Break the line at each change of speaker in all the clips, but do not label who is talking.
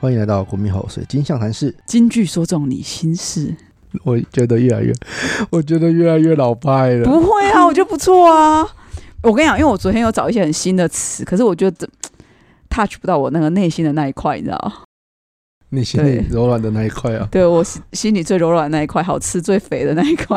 欢迎来到国民好水晶象谈室。
京剧说中你心事，
我觉得越来 越，我觉得越来越老派了。
不会啊，我觉得不错啊。我跟你讲，因为我昨天有找一些很新的词，可是我觉得 touch 不到我那个内心的那一块，你知道？
你心里
对
柔软的那一块 啊，
对我心心里最柔软的那一块，好吃最肥的那一块，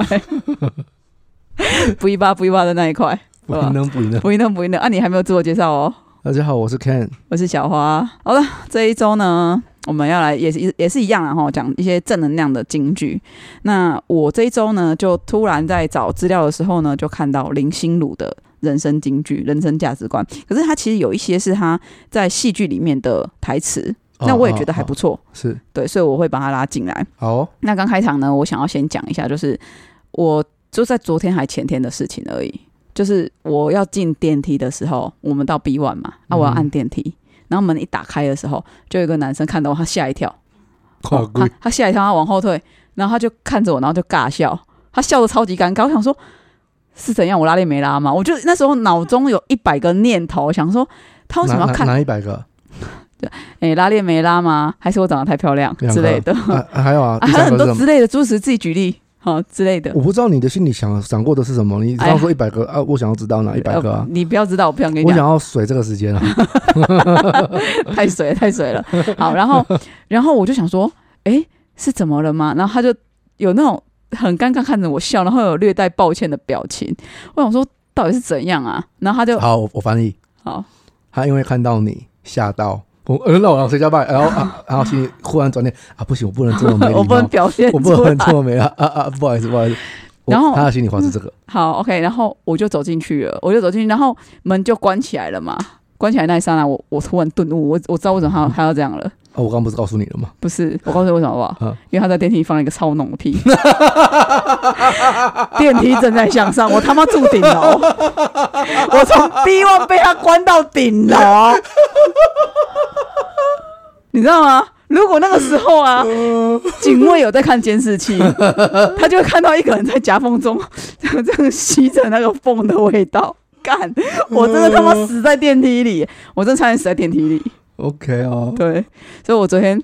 不一吧不一吧的那一块，
不
好吧
应当不应当。
不一定不一定。啊，你还没有自我介绍哦。
大家好，我是 Ken。
我是小花。好了，这一周呢，我们要来也是也是一样啊，哈，讲一些正能量的金句。那我这一周呢，就突然在找资料的时候呢，就看到林心如的人生金句、人生价值观。可是他其实有一些是他在戏剧里面的台词，那我也觉得还不
哦
错，
哦哦是
对，所以我会把它拉进来。
好哦
那刚开场呢，我想要先讲一下，就是我就在昨天还前天的事情而已。就是我要进电梯的时候，我们到 B one 嘛，啊，
嗯
我要按电梯，然后门一打开的时候，就有一个男生看到我，他吓一跳，哦
跨
他
柜
他吓一跳，他往后退，然后他就看着我，然后就尬笑，他笑的超级尴尬。我想说，是怎样？我拉链没拉吗？我就那时候脑中有一百个念头，想说他为什么
拿
要看？
拿一百 个啊
哎、拉链没拉吗？还是我长得太漂亮
两个
之类的？
啊？还有啊，
啊，
第
还有
三个是
很
什
多
么？
之类的，诸此自己举例，好、之类的。
我不知道你的心里想想过的是什么。你刚刚说一百个啊，我想要知道哪一百个
哎呃
啊？
你不要知道，我不想跟你
我
讲，
想要水这个时 间啊。
太水了太水了。好，然后 然后我就想说，诶，是怎么了吗？然后他就有那种很尴尬看着我笑，然后有略带抱歉的表情。我想说到底是怎样啊？然后他就
好，我我翻译。
好
他因为看到你吓到，我呃，那我让谁家拜？然后啊，然后心里忽然转念啊，不行，我不能这么没礼
我不能
貌，
表现
我
出
不能这
来。
么没啊啊啊！不好意思，不好意思。我
然后嗯
他的心里话是这个，
好，OK，然后我就走进去了，我就走进去，然后门就关起来了嘛。关起来那一刹那，我我突然顿悟，我我知道为什么他要他要这样了。
啊，我刚刚不是告诉你了吗？
不是，我告诉你为什么好不好？
嗯
因为他在电梯里放了一个超浓的屁，电梯正在向上，我他妈住顶楼，我从 B one 被他关到顶楼，你知道吗？如果那个时候啊，警卫有在看监视器，他就会看到一个人在夹缝中这样吸着那个缝的味道。干！我真的他妈死在电梯里，我真的差点死在电梯里。
OK 哦，
对，所以我昨天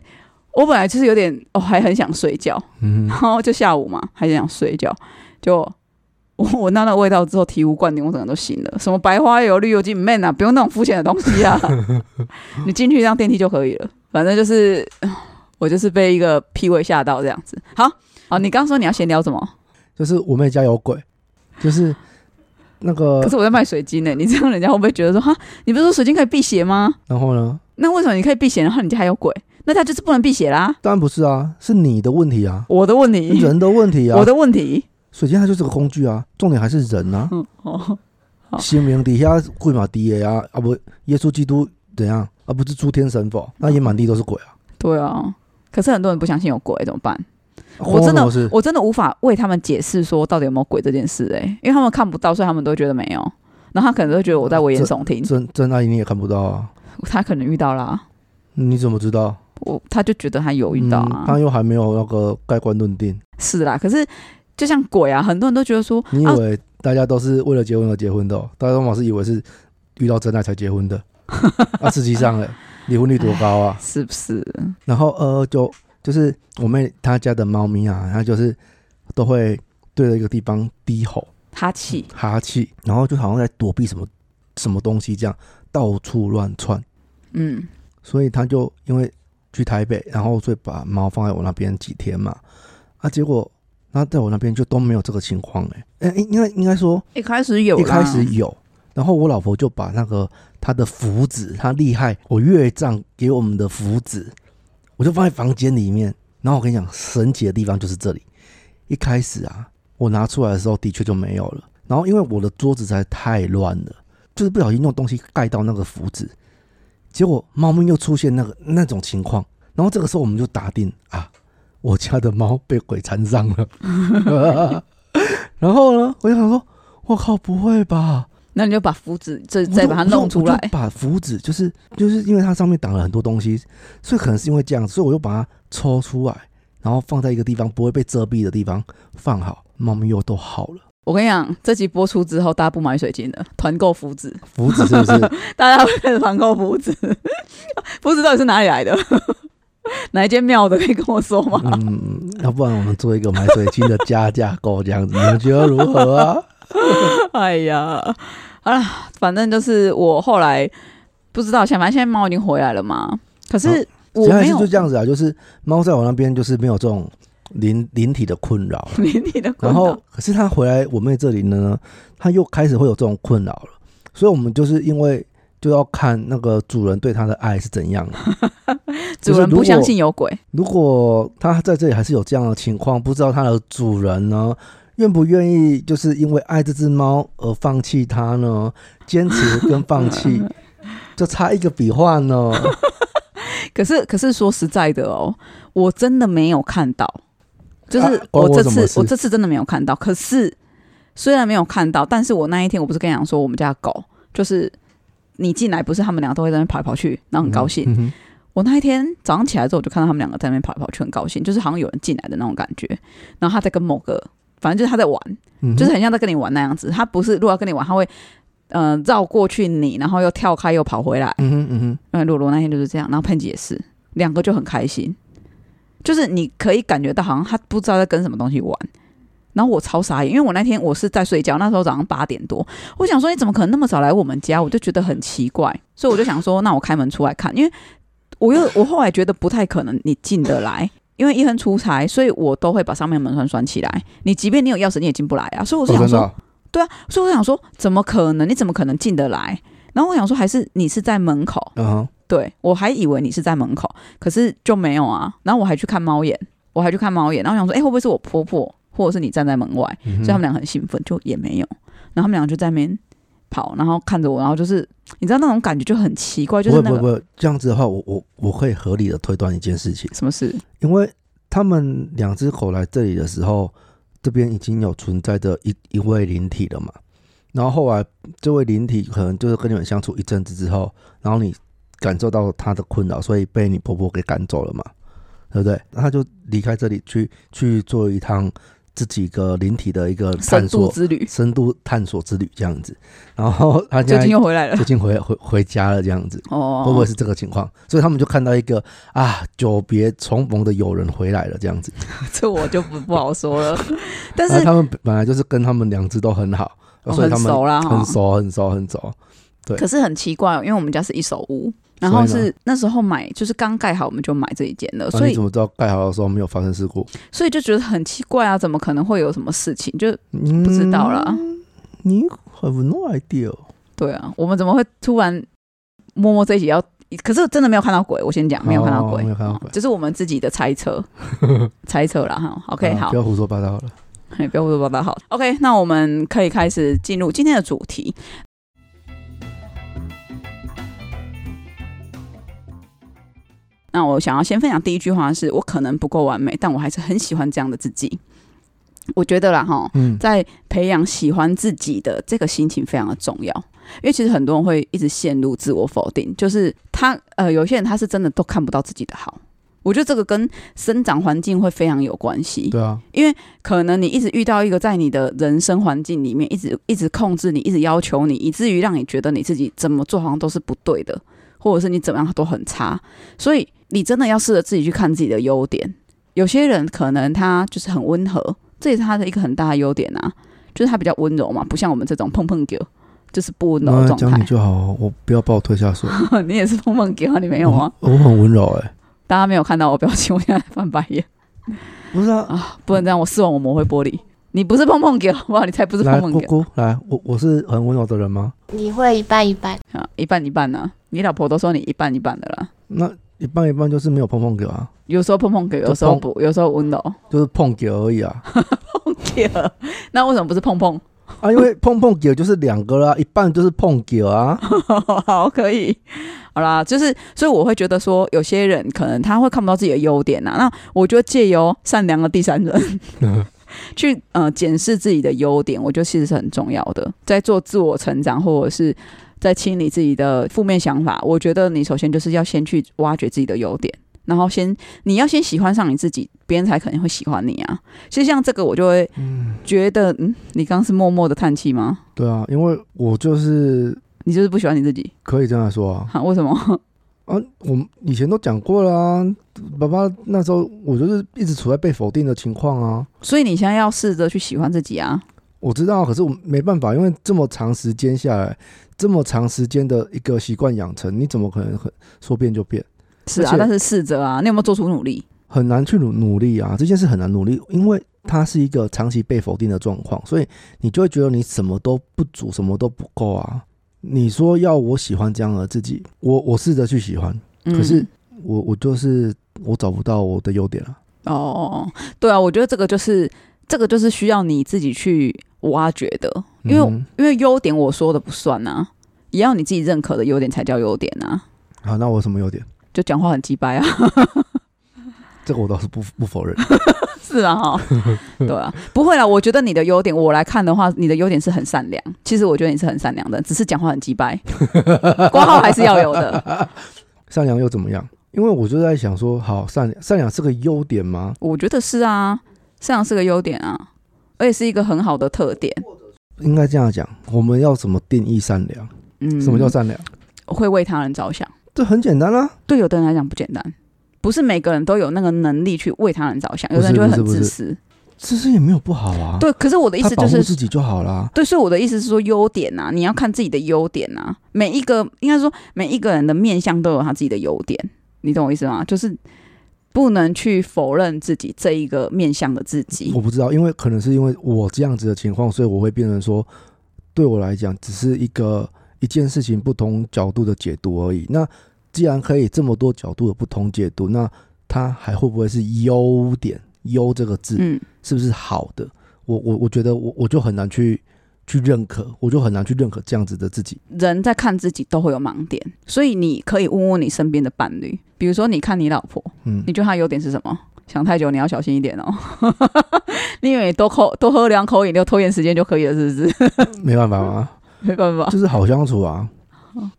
我本来就是有点哦，还很想睡觉，
嗯
然，后就下午嘛，还想睡觉，就我闻到那个味道之后体无灌顶，我整个都醒了。什么白花油、绿油精，man 啊，不用那种肤浅的东西 啊，你进去一趟电梯就可以了。反正就是我就是被一个屁味吓到这样子。好，好，你刚说你要闲聊什么？
就是我妹家有鬼，就是那个
可，是我在卖水晶呢、你这样人家会不会觉得说哈，你不是说水晶可以辟邪吗？
然后呢？
那为什么你可以辟邪，然后你家还有鬼？那他就是不能辟邪啦。
当然不是啊，是你的问题啊，
我的问题，
人的问题啊
我。的问题。
水晶它就是个工具啊，重点还是人啊。
嗯 哦，好
心明底下跪满地的啊，啊不，耶稣基督怎样？啊不是诸天神佛，那也满地都是鬼啊。
对啊，可是很多人不相信有鬼，怎么办？
啊
我
关
真的
什么事
我真的无法为他们解释说到底有没有鬼这件事哎、欸因为他们看不到，所以他们都觉得没有，然后他可能都觉得我在危言 耸听，
真真爱你也看不到啊，
他可能遇到啦，
你怎么知道？
我他就觉得他有遇到
嗯
啊，
他又还没有那个盖棺论定。
是啦，可是就像鬼啊，很多人都觉得说
你以
啊，
为大家都是为了结婚而结婚的、哦？大家往往是以为是遇到真爱才结婚的，啊，实际上嘞，离婚率多高啊！
是不是？
然后呃，就就是我妹她家的猫咪啊，它就是都会对着一个地方低吼
哈气，
哈气，然后就好像在躲避什么什么东西这样，到处乱窜。
嗯，
所以他就因为去台北，然后所以把猫放在我那边几天嘛，啊，结果那在我那边就都没有这个情况哎、欸，应应该应该说
一开始有啦，
一开始有，然后我老婆就把那个她的符纸，她厉害，我岳丈给我们的符纸，我就放在房间里面。然后我跟你讲，神奇的地方就是这里，一开始啊，我拿出来的时候的确就没有了。然后因为我的桌子实在太乱了，就是不小心用东西盖到那个符纸，结果猫咪又出现那个那种情况。然后这个时候我们就打定啊，我家的猫被鬼缠上了。 然后呢，我就想说，我靠，不会吧？
那你就把符纸再
我
再
就
把它
我就
弄出来
我就，把符纸就是就是因为它上面挡了很多东西，所以可能是因为这样，所以我就把它抽出来，然后放在一个地方不会被遮蔽的地方放好，猫咪又都好了。
我跟你讲，这集播出之后，大家不买水晶了，团购符纸，
符纸是不是？
大家会开始团购符纸，符纸到底是哪里来的？哪一间庙的，可以跟我说吗？
嗯，要不然我们做一个买水晶的加价购这样子，你们觉得如何啊？
哎呀，好了，反正就是我后来不知道，想反正现在猫已经回来了嘛。可是我
其实还
没
哦是
有
就 这样子啊，就是猫在我那边就是没有这种灵灵体的困扰了。
理你的
然
困扰
后，可是它回来我妹这里呢，它又开始会有这种困扰了。所以我们就是因为就要看那个主人对它的爱是怎 样的。就是
主人
如
不
果
相信有鬼，
如果它在这里还是有这样的情况，不知道它的主人呢愿不愿意，就是因为爱这只猫而放弃它呢？坚持跟放 弃就差一个笔画呢。
可是可是说实在的哦，我真的没有看到，就是
啊关
我
我
这
什
次、
么事
我这次真的没有看到。可是虽然没有看到，但是我那一天我不是跟你讲说我们家狗就是你进来不是他们俩都会在那边跑来跑去，然后很高兴。
嗯哼
我那一天早上起来之后，我就看到他们两个在那边跑来跑去，很高兴，就是好像有人进来的那种感觉。然后他在跟某个，反正就是他在玩，
嗯哼
就是很像在跟你玩那样子。他不是如果要跟你玩，他会呃绕过去你，然后又跳开又跑回来。
嗯哼嗯哼，
嗯，罗罗那天就是这样，然后潘姐也是，两个就很开心，就是你可以感觉到好像他不知道在跟什么东西玩。然后我超傻眼，因为我那天我是在睡觉，那时候早上八点多，我想说你怎么可能那么早来我们家，我就觉得很奇怪，所以我就想说，那我开门出来看，因为我又我后来觉得不太可能你进得来，因为一恒出差，所以我都会把上面的门栓栓起来，你即便你有钥匙你也进不来啊，所以我
我
是想说，
哦
对啊，所以我想说怎么可能，你怎么可能进得来？然后我想说还是你是在门口，
真的哦，嗯哼，
对我还以为你是在门口，可是就没有啊。然后我还去看猫眼，我还去看猫眼，然后想说，哎、会不会是我婆婆，或者是你站在门外？
嗯哼
所以他们俩很兴奋，就也没有。然后他们俩就在那边跑，然后看着我，然后就是你知道那种感觉就很奇怪，就是那
不会不
个
会不会，这样子的话，我我我会合理的推断一件事情，
什么事？
因为他们两只狗来这里的时候，这边已经有存在着一一位灵体了嘛，然后后来这位灵体可能就是跟你们相处一阵子之后，然后你感受到他的困扰，所以被你婆婆给赶走了嘛，对不对？那他就离开这里去去做一趟自己一个灵体的一个探
深度
索。
之旅，
深度探索之旅这样子，然后他现
最
在
近又回来了
最。近回回回家了这样子，
哦，
会不会是这个情况？所以他们就看到一个啊，久别重逢的友人回来了这样子。
这我就不不好 说了。但
然后
是
他们本来就是跟他们两只都很好，
哦
所以他
很
们
熟啦，哦
很。熟很熟很熟。对
可是很奇怪、哦，因为我们家是一手屋，然后
所以
是那时候买，就是刚盖好我们就买这一间了，
啊
所
你
以
怎么知道盖好的时候没有发生事故？
所以就觉得很奇怪啊，怎么可能会有什么事情？就
嗯
不知道啦。
你 have no idea。
对啊，我们怎么会突然摸摸这一集要？可是真的没有看到鬼，我先讲，没有看到鬼，
哦没有看到鬼
哦这是我们自己的 猜测，猜测啦哈。OK，、
啊
好
不，要胡说八道了。
嘿不要胡说八道，好。OK，那我们可以开始进入今天的主题。那我想要先分享第一句话是：我可能不够完美，但我还是很喜欢这样的自己。我觉得啦，哈，
嗯，
在培养喜欢自己的这个心情非常的重要，因为其实很多人会一直陷入自我否定，就是他呃，有些人他是真的都看不到自己的好。我觉得这个跟生长环境会非常有关系，
对啊，
可能你一直遇到一个在你的人生环境里面一直一直控制你，一直要求你，以至于让你觉得你自己怎么做好像都是不对的，或者是你怎么样都很差，所以你真的要试着自己去看自己的优点。有些人可能他就是很温和，这也是他的一个很大的优点啊，就是他比较温柔嘛，不像我们这种碰碰狗，就是不温柔的
那
状
讲你
态。
就好，我不要把我推下水。
你也是碰碰狗啊？你 没有吗？
我？我很温柔哎，
大家没有看到我表情，我现在翻白眼，
不是啊，
不能这样，我视网膜会玻璃。你不是碰碰狗，好不好？你才不是碰
来
碰
姑
狗。
姑来，我我是很温柔的人吗？
你会一半一半，
啊，一半一半呢、你老婆都说你一半一半的啦，
那一半一半就是没有碰碰给啊。
有时候碰碰给，有时候不，有时候温柔。
就是碰狗而已啊
那为什么不是碰碰？
啊，因为碰碰狗就是两个啊啦，一半就是碰狗啊，
好，可以，好啦，就是，所以我会觉得说，有些人可能他会看不到自己的优点呐、那我觉得借由善良的第三人去呃检视自己的优点，我觉得其实是很重要的，在做自我成长或者是在清理自己的负面想法，我觉得你首先就是要先去挖掘自己的优点。然后先，你要先喜欢上你自己，别人才可能会喜欢你啊。其实像这个，我就会觉得，嗯，你刚刚是默默的叹气吗？
对啊，因为我就是
你就是不喜欢你自己，
可以这样说啊，
哈、为什么？
啊，我们以前都讲过了啊，爸爸那时候我就是一直处在被否定的情况啊。
所以你现在要试着去喜欢自己啊。
我知道，可是我没办法，因为这么长时间下来，这么长时间的一个习惯养成，你怎么可能很说变就变？
是啊
而，且
但是试着啊，你有没有做出努力？
很难去努努力啊，这件事很难努力，因为它是一个长期被否定的状况，所以你就会觉得你什么都不足，什么都不够啊。你说要我喜欢这样的自己，我我试着去喜欢，
嗯、
可是我我就是我找不到我的优点啊。
哦，对啊，我觉得这个就是这个就是需要你自己去挖掘的，因为、
嗯
因为优点我说的不算啊，也要你自己认可的优点才叫优点啊。
好，那我有什么优点？
就讲话很鸡掰啊，
这个我倒是不不否认。
是 啊哈，对啊，不会啦，我觉得你的优点，我来看的话，你的优点是很善良。其实我觉得你是很善良的，只是讲话很鸡 掰，挂号还是要有的。
善良又怎么样？因为我就在想说，好善良，善良是个优点吗？
我觉得是啊，善良是个优点啊，而且是一个很好的特点。
应该这样讲，我们要怎么定义善良？
嗯，
什么叫善良？
会为他人着想？
这很简单啊，
对有的人来讲不简单，不是每个人都有那个能力去为他人着想，
不是
有的人就会很
不是
自
不是
私。
自私也没有不好啊。，
对，可是我的意
他
思
保
就
护
是，
自己就好啦。
对，所以我的意思是说，优点啊，你要看自己的优点啊。每一个应该说每一个人的面相都有他自己的优点，你懂我意思吗？就是不能去否认自己这一个面相的自己
我。不知道，因为可能是因为我这样子的情况，所以我会变成说，对我来讲只是一个一件事情不同角度的解读而已。那既然可以这么多角度的不同解读，那它还会不会是优点？优这个字
嗯，
是不是好的？我我我觉得我我就很难去去认可，我就很难去认可这样子的自己。
人在看自己都会有盲点，所以你可以问问你身边的伴侣，比如说你看你老婆，
嗯
你，觉得她优点是什么？想太久，你要小心一点哦。 你以为多口多喝两口饮料，拖延时间就可以了，是 不是？
没办法嘛，
没办法，
就是好相处啊。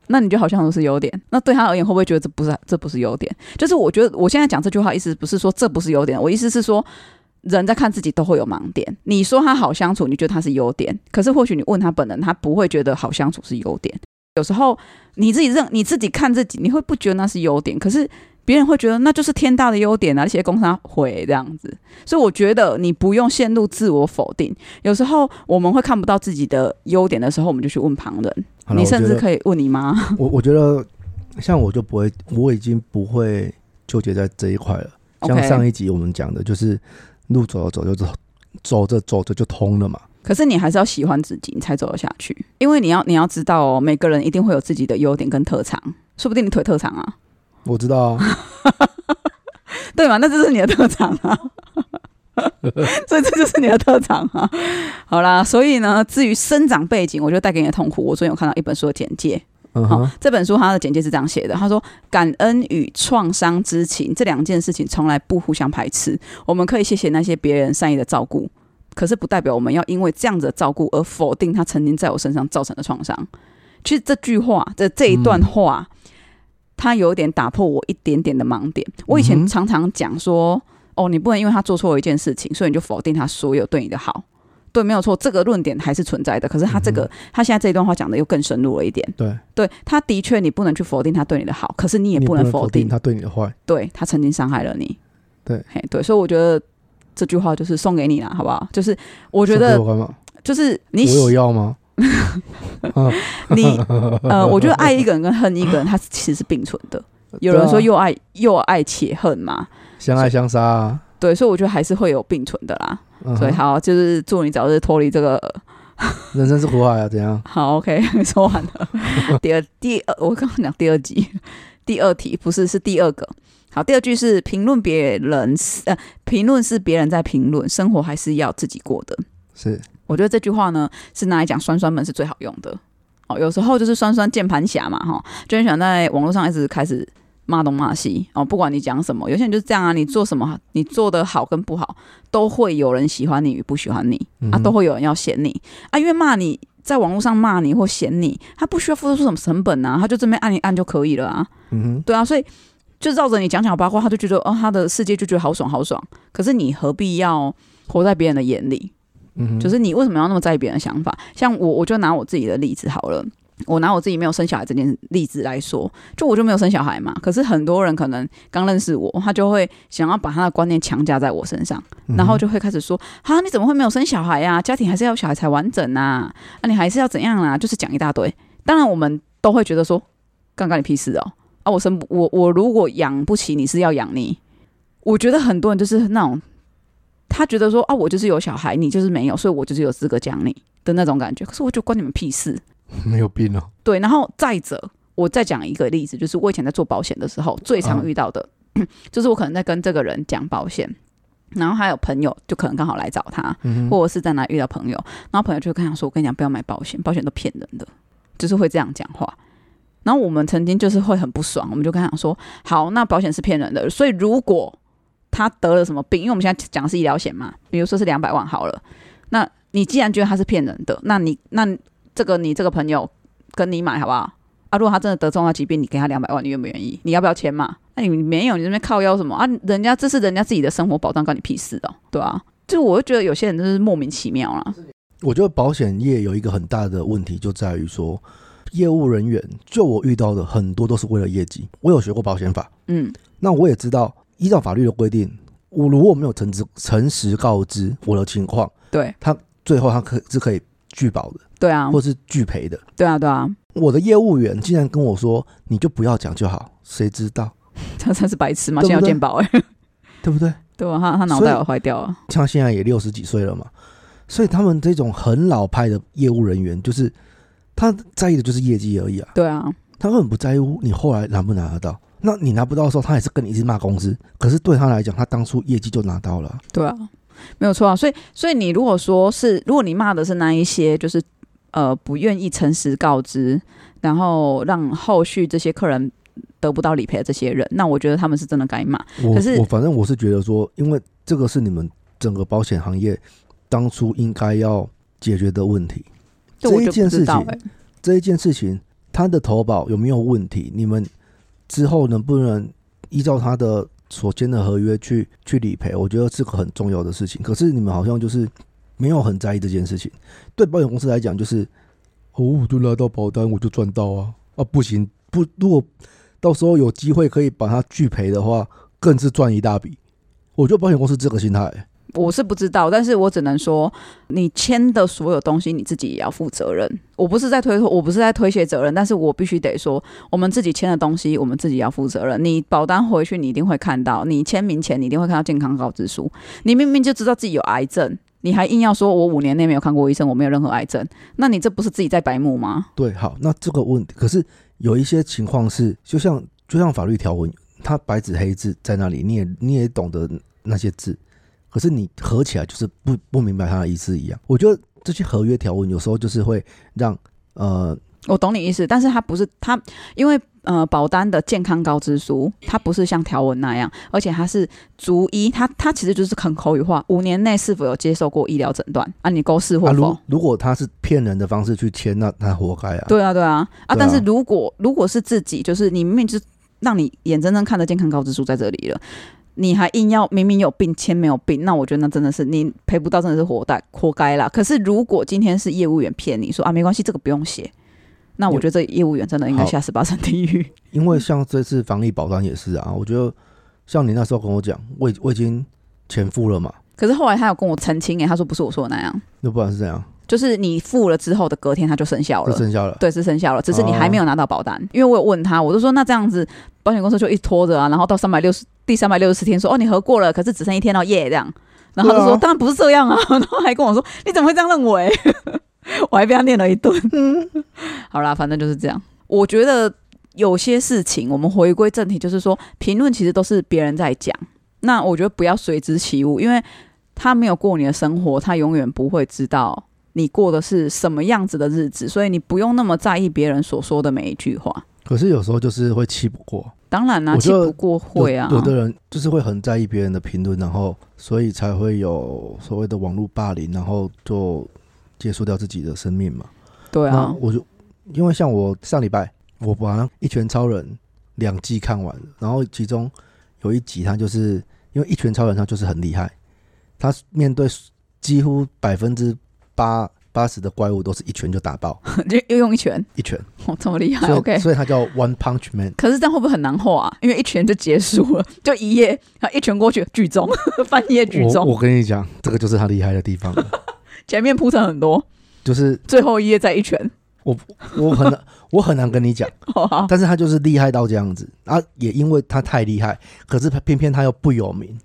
那你就好像都是优点。那对他而言，会不会觉得这不是这不是优点？就是我觉得我现在讲这句话，意思不是说这不是优点，我意思是说，人在看自己都会有盲点。你说他好相处，你觉得他是优点，可是或许你问他本人，他不会觉得好相处是优点。有时候你自己认你自己看自己，你会不觉得那是优点，可是别人会觉得那就是天大的优点啊！那些工商会这样子，所以我觉得你不用陷入自我否定。有时候我们会看不到自己的优点的时候，我们就去问旁人。
好了，
哦你
我
甚
觉
至
得
可以问你妈。
我我觉得像我就不会，我已经不会纠结在这一块了。像
OK
上一集我们讲的，就是路走着走着就走着走着就通了嘛。
可是你还是要喜欢自己，你才走得下去。因为你要你要知道哦，每个人一定会有自己的优点跟特长，说不定你腿特长啊，
我知道 啊，
对吗？那这是你的特长啊， 所以这就是你的特长啊。好啦，所以呢，至于生长背景，我就带给你的痛苦。我昨天有看到一本书的简介，
嗯
好、
哼，
这本书它的简介是这样写的：他说，感恩与创伤之情这两件事情从来不互相排斥。我们可以谢谢那些别人善意的照顾，可是不代表我们要因为这样子的照顾而否定他曾经在我身上造成的创伤。其实这句话，这这一段话，它有点打破我一点点的盲点。我以
嗯
前
哼
常常讲说，哦，你不能因为他做错了一件事情，所以你就否定他所有对你的好。对，没有错，这个论点还是存在的。可是他这个，
嗯
他现在这一段话讲的又更深入了一点。
对，
对他的确，你不能去否定他对你的好，可是你也
你
不
不
能
能
否
否
定
定他对你的坏。
对他曾经伤害了你。
对，
嘿，对，所以我觉得这句话就是送给你啦，好不好？就是我
我
觉
我
得，
干嘛？
就是
我
你
有要吗？
你呃，我觉得爱一个人跟恨一个人，它其实是并存 的。有人
对
说
啊
又爱又爱且恨嘛，
相爱相杀啊。
对，所以我觉得还是会有并存的啦。
嗯
所以
哼，
好，就是祝你早日脱离这个
人生是苦海啊，怎样？
好，OK，说 完了。第二第二，我刚刚讲第二集， 第二题不是是第二个。好，第二句是评论别人是呃，评论是别人在评论，生活还是要自己过的。
是
我觉得这句话呢，是拿来讲酸酸们是最好用的。哦，有时候就是酸酸键盘侠嘛，哈，就很喜欢在网络上一直开始骂东骂西哦，不管你讲什么，有些人就是这样啊，你做什么，你做的好跟不好，都会有人喜欢你与不喜欢你
嗯
啊，
哼
都会有人要嫌你啊，因为骂你在网络上骂你或嫌你，他不需要付出什么成本啊，他就这边按一按就可以了啊，
嗯哼，
对啊，所以就绕着你讲讲八卦，他就觉得哦，他的世界就觉得好爽好爽，可是你何必要活在别人的眼里？
嗯哼，
就是你为什么要那么在意别人的想法？像我，我就拿我自己的例子好了。我拿我自己没有生小孩这件例子来说，就我就没有生小孩嘛。可是很多人可能刚认识我，他就会想要把他的观念强加在我身上，
嗯
然后就会开始说：“啊，你怎么会没有生小孩呀、家庭还是要有小孩才完整啊，啊，你还是要怎样啊？”就是讲一大堆。当然，我们都会觉得说：“干干你屁事哦！啊，我生不我我如果养不起你是要养你。”我觉得很多人就是那种，他觉得说：“啊，我就是有小孩，你就是没有，所以我就是有资格讲你的那种感觉。”可是我就关你们屁事。
没有病哦，
对，然后再者，我再讲一个例子，就是我以前在做保险的时候，最常遇到的， 就是我可能在跟这个人讲保险，然后还有朋友就可能刚好来找他，
嗯
或者是在哪遇到朋友，然后朋友就跟他说：“我跟你讲，不要买保险，保险都骗人的。”就是会这样讲话。然后我们曾经就是会很不爽，我们就跟他讲说：“好，那保险是骗人的，所以如果他得了什么病，因为我们现在讲的是医疗险嘛，比如说是两百万好了，那你既然觉得他是骗人的，那你那这个你这个朋友跟你买好不好？啊，如果他真的得重大疾病，你给他两百万，你愿不愿意？你要不要签嘛？那、你没有，你这边靠腰什么啊？人家这是人家自己的生活保障，关你屁事哦，对啊。就我就觉得有些人就是莫名其妙啦，
我觉得保险业有一个很大的问题，就在于说，业务人员就我遇到的很多都是为了业绩。我有学过保险法，
嗯
那我也知道，依照法律的规定，我如果没有诚实诚实告知我的情况，
对
最后他可是可以拒保的，
对啊，
或是拒赔的。
对啊，对啊，
我的业务员竟然跟我说，你就不要讲就好，谁知道，
他真是白痴嘛，
对不
现
对
在有健保哎、
对不对？
对啊，他他脑
所以
袋有坏掉了，
像现在也六十几岁了嘛，所以他们这种很老派的业务人员，就是他在意的就是业绩而已啊，
对啊，
他根本不在乎你后来拿不拿得到。那你拿不到的时候，他也是跟你一直骂公司，可是对他来讲，他当初业绩就拿到了啊，
对啊，没有错啊。所以，所以你如果说是，如果你骂的是那一些，就是呃不愿意诚实告知，然后让后续这些客人得不到理赔的这些人，那我觉得他们是真的该骂。
我
可是
我反正我是觉得说，因为这个是你们整个保险行业当初应该要解决的问题。
就
这
我
一
就
件
不
事
知道
情
哎、欸
这一件事情，他的投保有没有问题？你们之后能不能依照他的所签的合约去去理赔？我觉得是个很重要的事情。可是你们好像就是没有很在意这件事情。对保险公司来讲，就是哦，我就拿到保单，我就赚到啊啊！不行，不，如果到时候有机会可以把它拒赔的话，更是赚一大笔。我觉得保险公司这个心态、
我是不知道，但是我只能说，你签的所有东西你自己也要负责任。我不是在推脱，我不是在推卸责任，但是我必须得说，我们自己签的东西，我们自己要负责任。你保单回去，你一定会看到，你签名前你一定会看到健康告知书。你明明就知道自己有癌症，你还硬要说我五年内没有看过医生，我没有任何癌症，那你这不是自己在白目吗？
对，好，那这个问题，可是有一些情况是，就像就像法律条文，它白纸黑字在那里，你也你也懂得那些字，可是你合起来就是不不明白它的意思一样。我觉得这些合约条文有时候就是会让呃，
我懂你意思，但是它不是它，因为呃，保单的健康告知书，它不是像条文那样，而且它是逐一，它它其实就是很口语化，五年内是否有接受过医疗诊断啊？你勾是
啊，
或否？
如如果他是骗人的方式去签，那那活该啊。
对啊，对啊，啊！
对啊
但是如果如果是自己，就是你明明就是让你眼睁睁看着健康告知书在这里了，你还硬要明明有病签没有病，那我觉得那真的是你赔不到，真的是活该活该啦。可是如果今天是业务员骗你说啊，没关系，这个不用写，那我觉得这业务员真的应该
好
下十八层地狱。
因
嗯
为像这次防疫保单也是啊，我觉得像你那时候跟我讲，我已我已经钱付了嘛，
可是后来他有跟我澄清、欸，他说不是我说的那样，
要不然是怎样？
就是你付了之后的隔天它就生效
就
了，哦
生效了。
对，是生效了，只是你还没有拿到保单。因为我有问他，我就说那这样子，保险公司就一直拖着啊，然后到三百六十第三百六十天说哦你核过了，可是只剩一天了耶这样，然后他就说、
对啊
当然不是这样啊， 然后还跟我说你怎么会这样认为？我还被他念了一顿。
嗯
好啦，反正就是这样。我觉得有些事情，我们回归正题，就是说，评论其实都是别人在讲。那我觉得不要随之起舞，因为他没有过你的生活，他永远不会知道你过的是什么样子的日子，所以你不用那么在意别人所说的每一句话。
可是有时候就是会气不过。
当然啦、
我
气
觉得
不过会啊
有，有的人就是会很在意别人的评论，然后所以才会有所谓的网络霸凌，然后就结束掉自己的生命嘛。
对
那
啊，
我就因为像我上礼拜我把《一拳超人》两季看完了，然后其中有一集他就是因为《一拳超人》他就是很厉害，他面对几乎百分之八八十的怪物都是一拳就打爆，
就又用一拳，
一 拳，
哦，这么厉害
所以、
，OK。
所以他叫 One Punch Man。
可是这样会不会很难画啊？因为一拳就结束 了，就一页，然后一拳过去，剧终， 翻页剧
我
终，
我跟你讲，这个就是他厉害的地 方了，
前面铺陈很多，
就是
最后一页再一 拳，
我很 难我很难跟你讲，
好哦好
但是他就是厉害到这样子啊，也因为他太厉害，可是他偏偏他又不有名，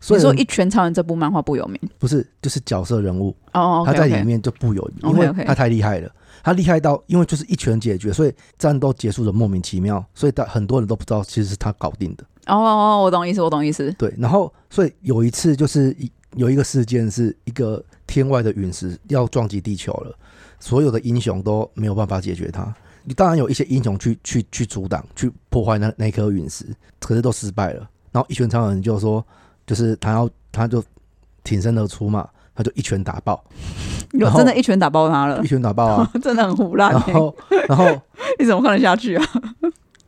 所
你
以
说一拳超人这部漫画不有名
不是就是角色人物，
哦
他在
，OK
里
OK，
面就不有名，因
OK，
为
OK
他太厉害了。他厉害到，因为就是一拳解决，所以战斗结束的莫名其妙，所以大很多人都不知道其实是他搞定的。
哦哦，我懂意思，我懂意思，
对，然后所以有一次就是一有一个事件是一个天外的陨石要撞击地球了，所有的英雄都没有办法解决它。当然有一些英雄去去去阻挡、去破坏那那颗陨石，可是都失败了。然后一拳超人就说，就是他要他就挺身而出嘛，他就一拳打爆，
有
然后
真的一拳打爆他了。
一，拳打爆啊
真的很胡乱
然
欸，
后然后
你怎么看得下去啊？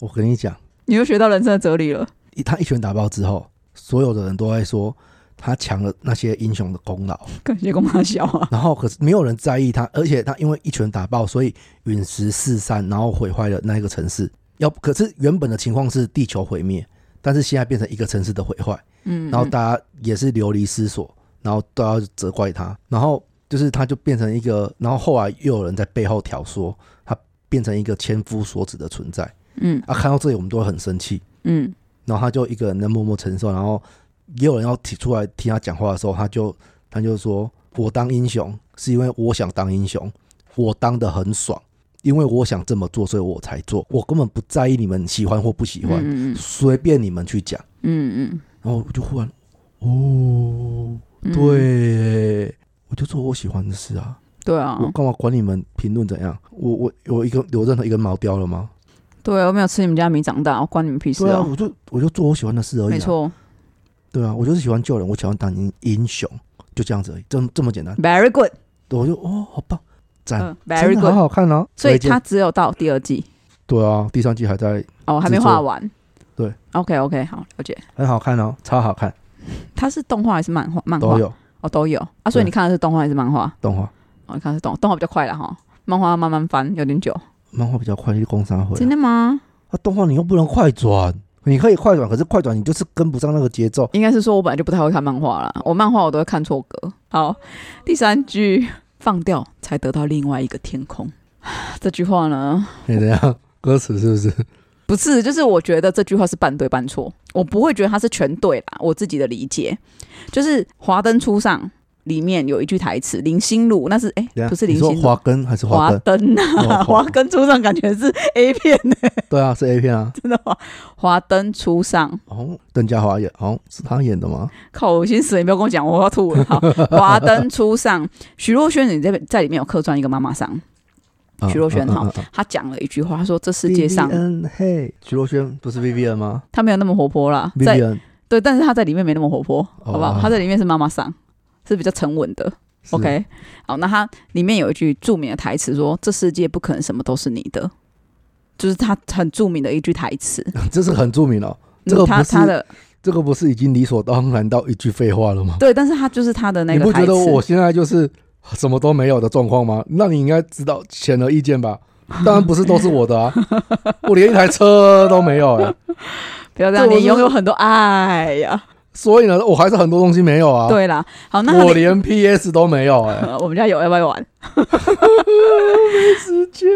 我跟你讲，
你又学到人生的哲理了，
一他一拳打爆之后，所有的人都在说他抢了那些英雄的功劳。
感谢公他小啊，
然后可是没有人在意他，而且他因为一拳打爆，所以陨石四散，然后毁坏了那一个城市。要可是原本的情况是地球毁灭，但是现在变成一个城市的毁坏，
嗯，
然后
嗯
大家也是流离失所，然后都要责怪他，然后就是他就变成一个，然后后来又有人在背后挑唆他变成一个千夫所指的存在
嗯
啊！看到这里我们都会很生气，
嗯，
然后他就一个人在默默承受，然后也有人要提出来听他讲话的时候，他就他就说：“我当英雄是因为我想当英雄，我当的很爽，因为我想这么做，所以我才做，我根本不在意你们喜欢或不喜欢，
嗯嗯
随便你们去讲。
嗯嗯”
然后我就忽然，哦，
嗯，
对，我就做我喜欢的事啊，
对啊，
我干嘛管你们评论怎样？我我我一个有任何一根毛掉了吗？
对啊，我没有吃你们家米长大，关你们屁事
对啊，
哦。
我就我就做我喜欢的事而已、啊，
没错
对啊，我就是喜欢救人，我喜欢当英英雄，就这样子而已，这么这么简单。
，very good，
我就哦，好棒，赞，
嗯
真
，very
的好
good。
好看哦。
所以
推荐
它只有到第二季
对啊，第三季还在，
哦，还没
制作
画完。
对
，OK OK，好，了解。
很好看哦，超好看，
它是动画还是漫画？漫画
都有
哦，都有啊。所以
对
你看的是动画还是漫画？
动画，
哦，你看的是动动画比较快了哈，漫画要慢慢翻有点久。
漫画比较快，去工商会
真
啊。
的吗？
啊，动画你又不能快转，你可以快转，可是快转你就是跟不上那个节奏。
应该是说我本来就不太会看漫画啦，我漫画我都会看错格。好，第三句放掉才得到另外一个天空。 这句话呢，
你怎样？歌词是不是？
不是，就是我觉得这句话是半对半错，我不会觉得它是全对啦。我自己的理解就是《华灯初上》里面有一句台词，林心如那是哎、
等一下
不 是
你
林
说
心如
华。根还是华
华
根？
灯啊，
哦
华灯初上感觉是 A 片呢、
对啊，是 A 片啊。
真的吗？华灯初上，
哦，邓家华演，哦，是他演的吗？
靠，我先死了，你不要跟我讲，我要吐 了。好，华灯初上，许若瑄，你在在里面有客串一个妈妈桑，
啊
徐若瑄
啊
哈
啊啊啊
她讲了一句话，她说这世界上
VVN 嘿，徐若瑄不是 Vivian 吗
她没有那么活泼啦，在
？Vivian，
对，但是她在里面没那么活泼，好不
哦
好？她在里面是妈妈桑，是比较沉稳的。
是
OK，好，那它里面有一句著名的台词说：“这世界不可能什么都是你的。”就是他很著名的一句台 词，
这是很著名哦。这个
嗯他
不是
他的
这个不是已经理所当然到一句废话了吗？
对，但是他就是他的那
你
个
不
台
觉
词。
得我现在就是什么都没有的状况吗？那你应该知道显而易见吧？当然不是都是我的 啊，我连一台车都没有哎、
不要这样，
对我
你
是
拥有很多爱呀。
所以呢，我还是很多东西没有啊。，
对啦，好，那它
我
里
连 PS 都没有哎、
呃我们家有要不要 玩？
时间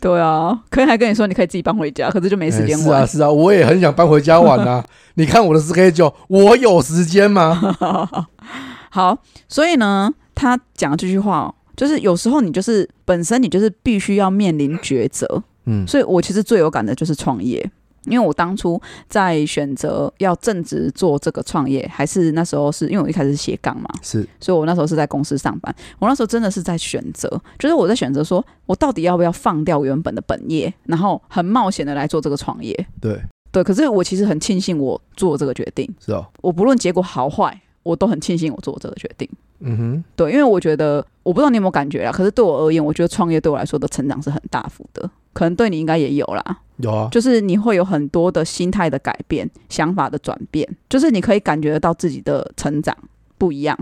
对啊，可以还跟你说你可以自己搬回家，可是就没时间
是
玩。
啊是啊，我也很想搬回家玩 啊。你看我的 schedule，我有时间吗？
好，所以呢，他讲的这句话、哦，就是有时候你就是本身你就是必须要面临抉择，
嗯，
所以我其实最有感的就是创业，因为我当初在选择要正职做这个创业，还是那时候是因为我一开始是斜杠嘛，
是
所以我那时候是在公司上班，我那时候真的是在选择，就是我在选择说我到底要不要放掉原本的本业，然后很冒险的来做这个创业。
对，
对，可是我其实很庆幸我做这个决定，
是哦，
我不论结果好坏，我都很庆幸我做这个决定。
嗯哼，
对，因为我觉得我不知道你有没有感觉啦，可是对我而言，我觉得创业对我来说的成长是很大幅的，可能对你应该也有啦，
有啊，
就是你会有很多的心态的改变、想法的转变，就是你可以感觉得到自己的成长不一样。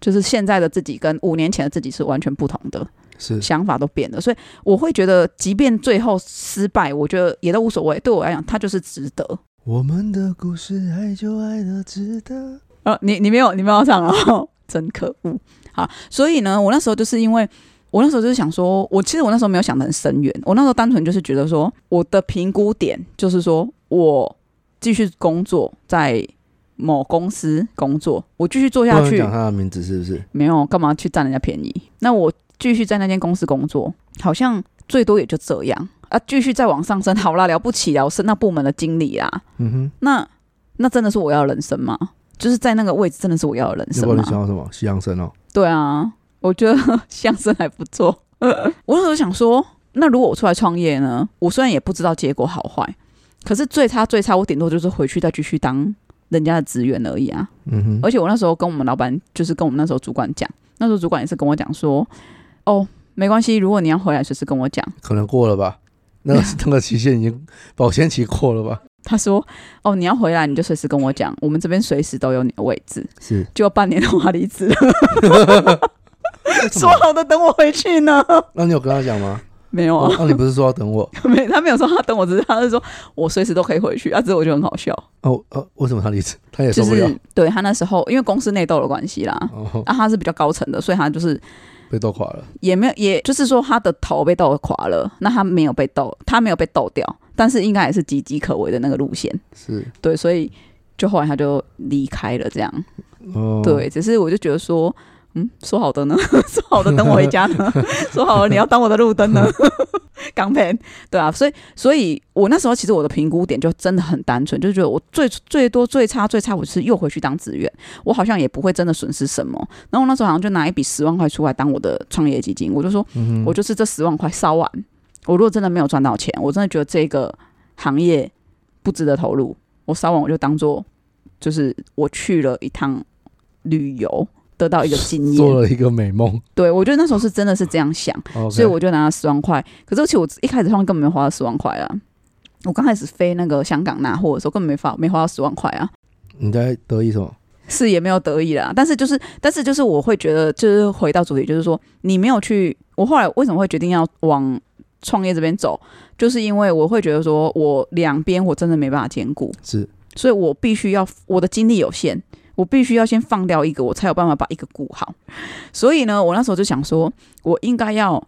就是现在的自己跟五年前的自己是完全不同的，
是
想法都变了。所以我会觉得，即便最后失败，我觉得也都无所谓。对我来讲，它就是值得。
我们的故事，爱就爱的值得。
呃，你你没有你没有上哦，真可恶。好，所以呢，我那时候就是因为我那时候就是想说，我其实我那时候没有想得很深远，我那时候单纯就是觉得说，我的评估点就是说我继续工作在某公司工作，我继续做
不
下
能
去
讲，他的名字是不是？
没有干嘛去占人家便宜？那我继续在那间公司工作，好像最多也就这样啊，继续再往上升，好啦，了不起了，我升到部门的经理啊，
嗯哼，
那那真的是我要的人生吗？就是在那个位置，真的是我要的人
要
生
不然
吗
你？想要什么？西洋参哦，
对啊，我觉得相声还不错。 我那时候想说，那如果我出来创业呢？我虽然也不知道结果好坏，可是最差最差，我顶多就是回去再继续当人家的职员而已啊。
嗯哼，
而且我那时候跟我们老板，就是跟我们那时候主管讲，那时候主管也是跟我讲说，哦，没关系，如果你要回来，随时跟我讲。
可能过了吧。那 个那个期限已经保鲜期过了吧？
他说，哦，你要回来，你就随时跟我讲，我们这边随时都有你的位置。
是，
结果半年后他离职了，
为什
说
么
好的等我回去呢？
那你有跟他讲吗？
没有啊
哦，，那你不是说要等我？
没，他没有说他等我，只是他是说我随时都可以回去。啊，只是我觉得很好笑，
哦哦，为什么他离职？他也
就
受不了
是，对他那时候因为公司内斗的关系啦，
哦，
啊，他是比较高层的，所以他就是
被斗垮了。
也没有，也就是说他的头被斗垮了，那他没有被斗，他没有被斗掉，但是应该也是岌岌可危的那个路线，
是，
对，所以就后来他就离开了，这样，
哦，
对，只是我就觉得说。嗯，说好的呢？ 说好的等我回家呢？说好了你要当我的路灯呢？ 港片，对啊，所以所以我那时候其实我的评估点就真的很单纯，就觉得我最最多最差最差，我是又回去当职员，我好像也不会真的损失什么。然后我那时候好像就拿一笔十万块出来当我的创业基金，我就说，
嗯哼，
我就是这十万块烧完，我如果真的没有赚到钱，我真的觉得这个行业不值得投入，我烧完我就当做就是我去了一趟旅游，得到一个经验。
做了一个美梦。哦
对我觉得那时候是真的是这样想。
OK
所以我就拿了十万块。可是其实我一开始他们根本没花到十万块啊。我刚开始飞那个香港拿货的时候，根本没花没花到十万块啊，
你在得意什么？
是也没有得意啦。但是就是，但是就是，我会觉得，就是回到主题，就是说，你没有去。我后来为什么会决定要往创业这边走，就是因为我会觉得说，我两边我真的没办法兼顾，
是
所以我必须要我的精力有限，我必须要先放掉一个，我才有办法把一个顾好。所以呢，我那时候就想说，我应该要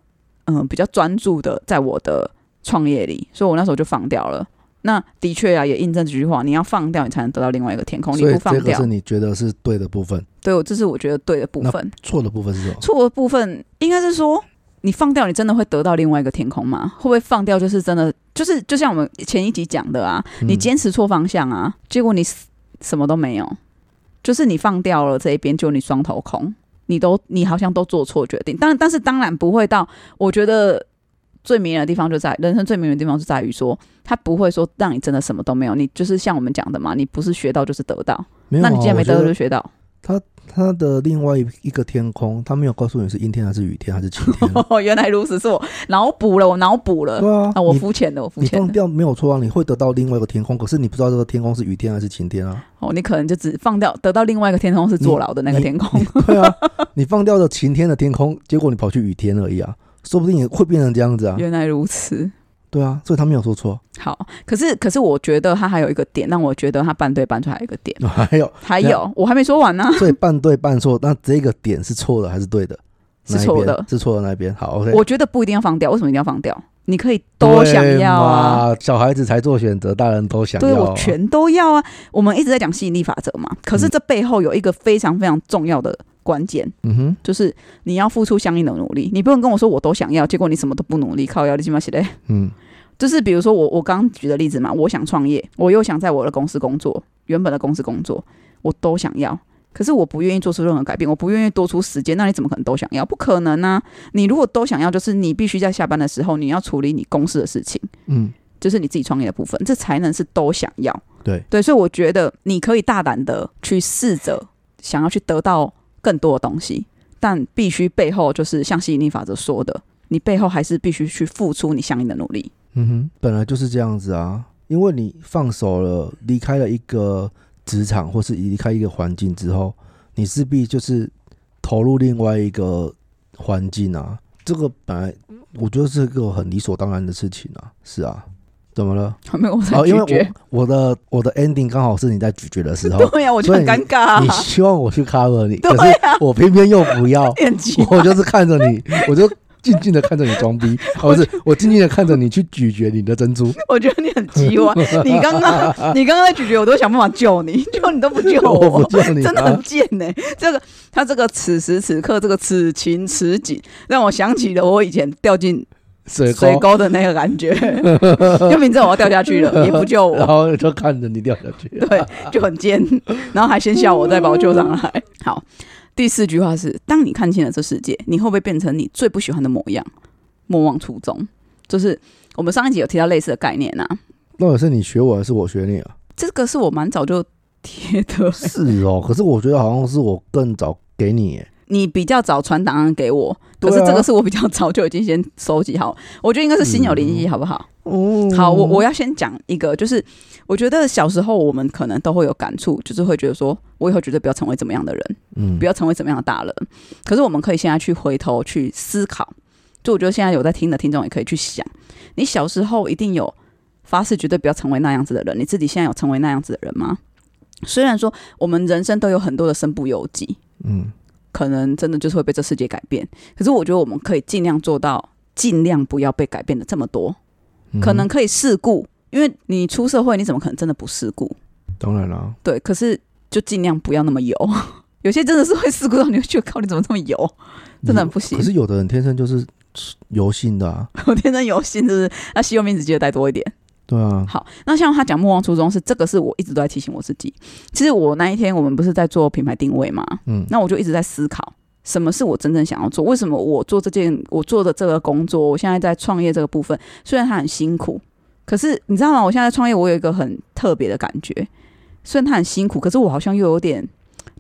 嗯、比较专注的在我的创业里，所以我那时候就放掉了。那的确啊，也印证这句话，你要放掉，你才能得到另外一个天空。哦你
所以
不放
这个
掉
是，你觉得是对的部分，
对我这是我觉得对的部分。
错的部分是什么？
错的部分应该是说，你放掉，你真的会得到另外一个天空吗？会不会放掉就是真的，就是就像我们前一集讲的啊，你
嗯
坚持错方向啊，结果你 s- 什么都没有，就是你放掉了这一边，就你双头空，你都你好像都做错决定。当然，但是当然不会到，我觉得最迷人的地方就在人生最迷人的地方就在于说，他不会说让你真的什么都没有，你就是像我们讲的嘛，你不是学到就是得到，
没有啊，
那你既然没
我觉
得到
得
就学到，
它的另外一一个天空，它没有告诉你是阴天还是雨天还是晴 天。
哦，原来如此，是我脑补了，我脑补了。
对啊，
啊，我
你
肤浅的，我肤
你
浅
放
的。
掉没有错啊，你会得到另外一个天空，可是你不知道这个天空是雨天还是晴天 啊。
哦，你可能就只放掉得到另外一个天空是坐牢的那个天空。
对啊，你放掉了晴天的天空，结果你跑去雨天而已啊，说不定也会变成这样子啊。
原来如此。
对啊，所以他没有说错。
好，可是可是我觉得他还有一个点，让我觉得他半对半错还有一个点，
还有，
还有我还没说完呢、
所以半对半错，那这个点是错的还是对的？
是错
哪一
的
边，。是错的那一边。好，OK。
我觉得不一定要放掉，为什么一定要放掉？你可以都想要啊，
对嘛，小孩子才做选择，大人都想要
对
啊。
我全都要啊。我们一直在讲吸引力法则嘛，可是这背后有一个非常非常重要的关键，
嗯哼，
就是你要付出相应的努力。你不能跟我说我都想要，结果你什么都不努力，靠腰你起码写嘞。
嗯，
就是比如说我我刚举的例子嘛，我想创业，我又想在我的公司工作，原本的公司工作，我都想要，可是我不愿意做出任何改变，我不愿意多出时间，那你怎么可能都想要？不可能啊！你如果都想要，就是你必须在下班的时候，你要处理你公司的事情，
嗯，
就是你自己创业的部分，这才能是都想要。
对
对，所以我觉得你可以大胆的去试着想要去得到更多的东西，但必须背后就是像吸引力法则说的，你背后还是必须去付出你相应的努力。
嗯哼，本来就是这样子啊，因为你放手了，离开了一个职场或是离开一个环境之后，你势必就是投入另外一个环境啊，这个本来我觉得是个很理所当然的事情啊。是啊，怎么了？
没有我在
哦，因
咀
为
嚼。
我我的我的 ending 刚好是你在咀嚼的时候，
对呀，我就很尴尬啊
你，希望我去 cover 你，
对 啊
可是
呀，，
我偏偏又不要
点击
我就是看着你，我就静静的看着你装逼，啊不是我静静的看着你去咀嚼你的珍珠，
我觉得你很 鸡歪。你刚刚你刚刚在咀嚼，我都想办法救你， 结果你都不救
我不叫你
真的
啊
很，贱呢、这个他这个此时此刻这个此情此景，让我想起了我以前掉进
水
水
沟，
沟的那个感 觉。就明知道我要掉下去了，也不救
然
我，
后就看着你掉下去，
对，就很贱，然后还先笑我，再把我救上来。好，第四句话是：当你看清了这世界，你会不会变成你最不喜欢的模样？莫忘初衷，就是我们上一集有提到类似的概念啊。
到底是你学我还是我学你啊？
这个是我蛮早就贴的、
是哦，可是我觉得好像是我更早给你耶，
你比较早传档案给我，可
对啊
是这个是我比较早就已经先收集好， 我觉得应该是心有灵犀，好不好？
嗯，
好，我我要先讲一个，就是我觉得小时候我们可能都会有感触，就是会觉得说，我以后绝对不要成为怎么样的人，
嗯
不要成为怎么样的大人。可是我们可以现在去回头去思考，就我觉得现在有在听的听众也可以去想，你小时候一定有发誓绝对不要成为那样子的人，你自己现在有成为那样子的人吗？虽然说我们人生都有很多的身不由己，
嗯
可能真的就是会被这世界改变。可是我觉得我们可以尽量做到，尽量不要被改变的这么多，
嗯
可能可以事故，因为你出社会，你怎么可能真的不事故？
当然啦，
对，可是就尽量不要那么油。 有些真的是会事故到你会觉得靠，你怎么这么油？ 真的很不行
可。是有的人天生就是油性的啊，
我天生油性，就是那吸油面纸记得带多一点。
对啊，
好，那像他讲莫忘初衷是这个，是我一直都在提醒我自己。其实我那一天我们不是在做品牌定位嘛，
嗯
那我就一直在思考，什么是我真正想要做？为什么我做这件我做的这个工作，我现在在创业这个部分，虽然它很辛苦，可是你知道吗？我现在在创业，我有一个很特别的感觉，虽然它很辛苦，可是我好像又有点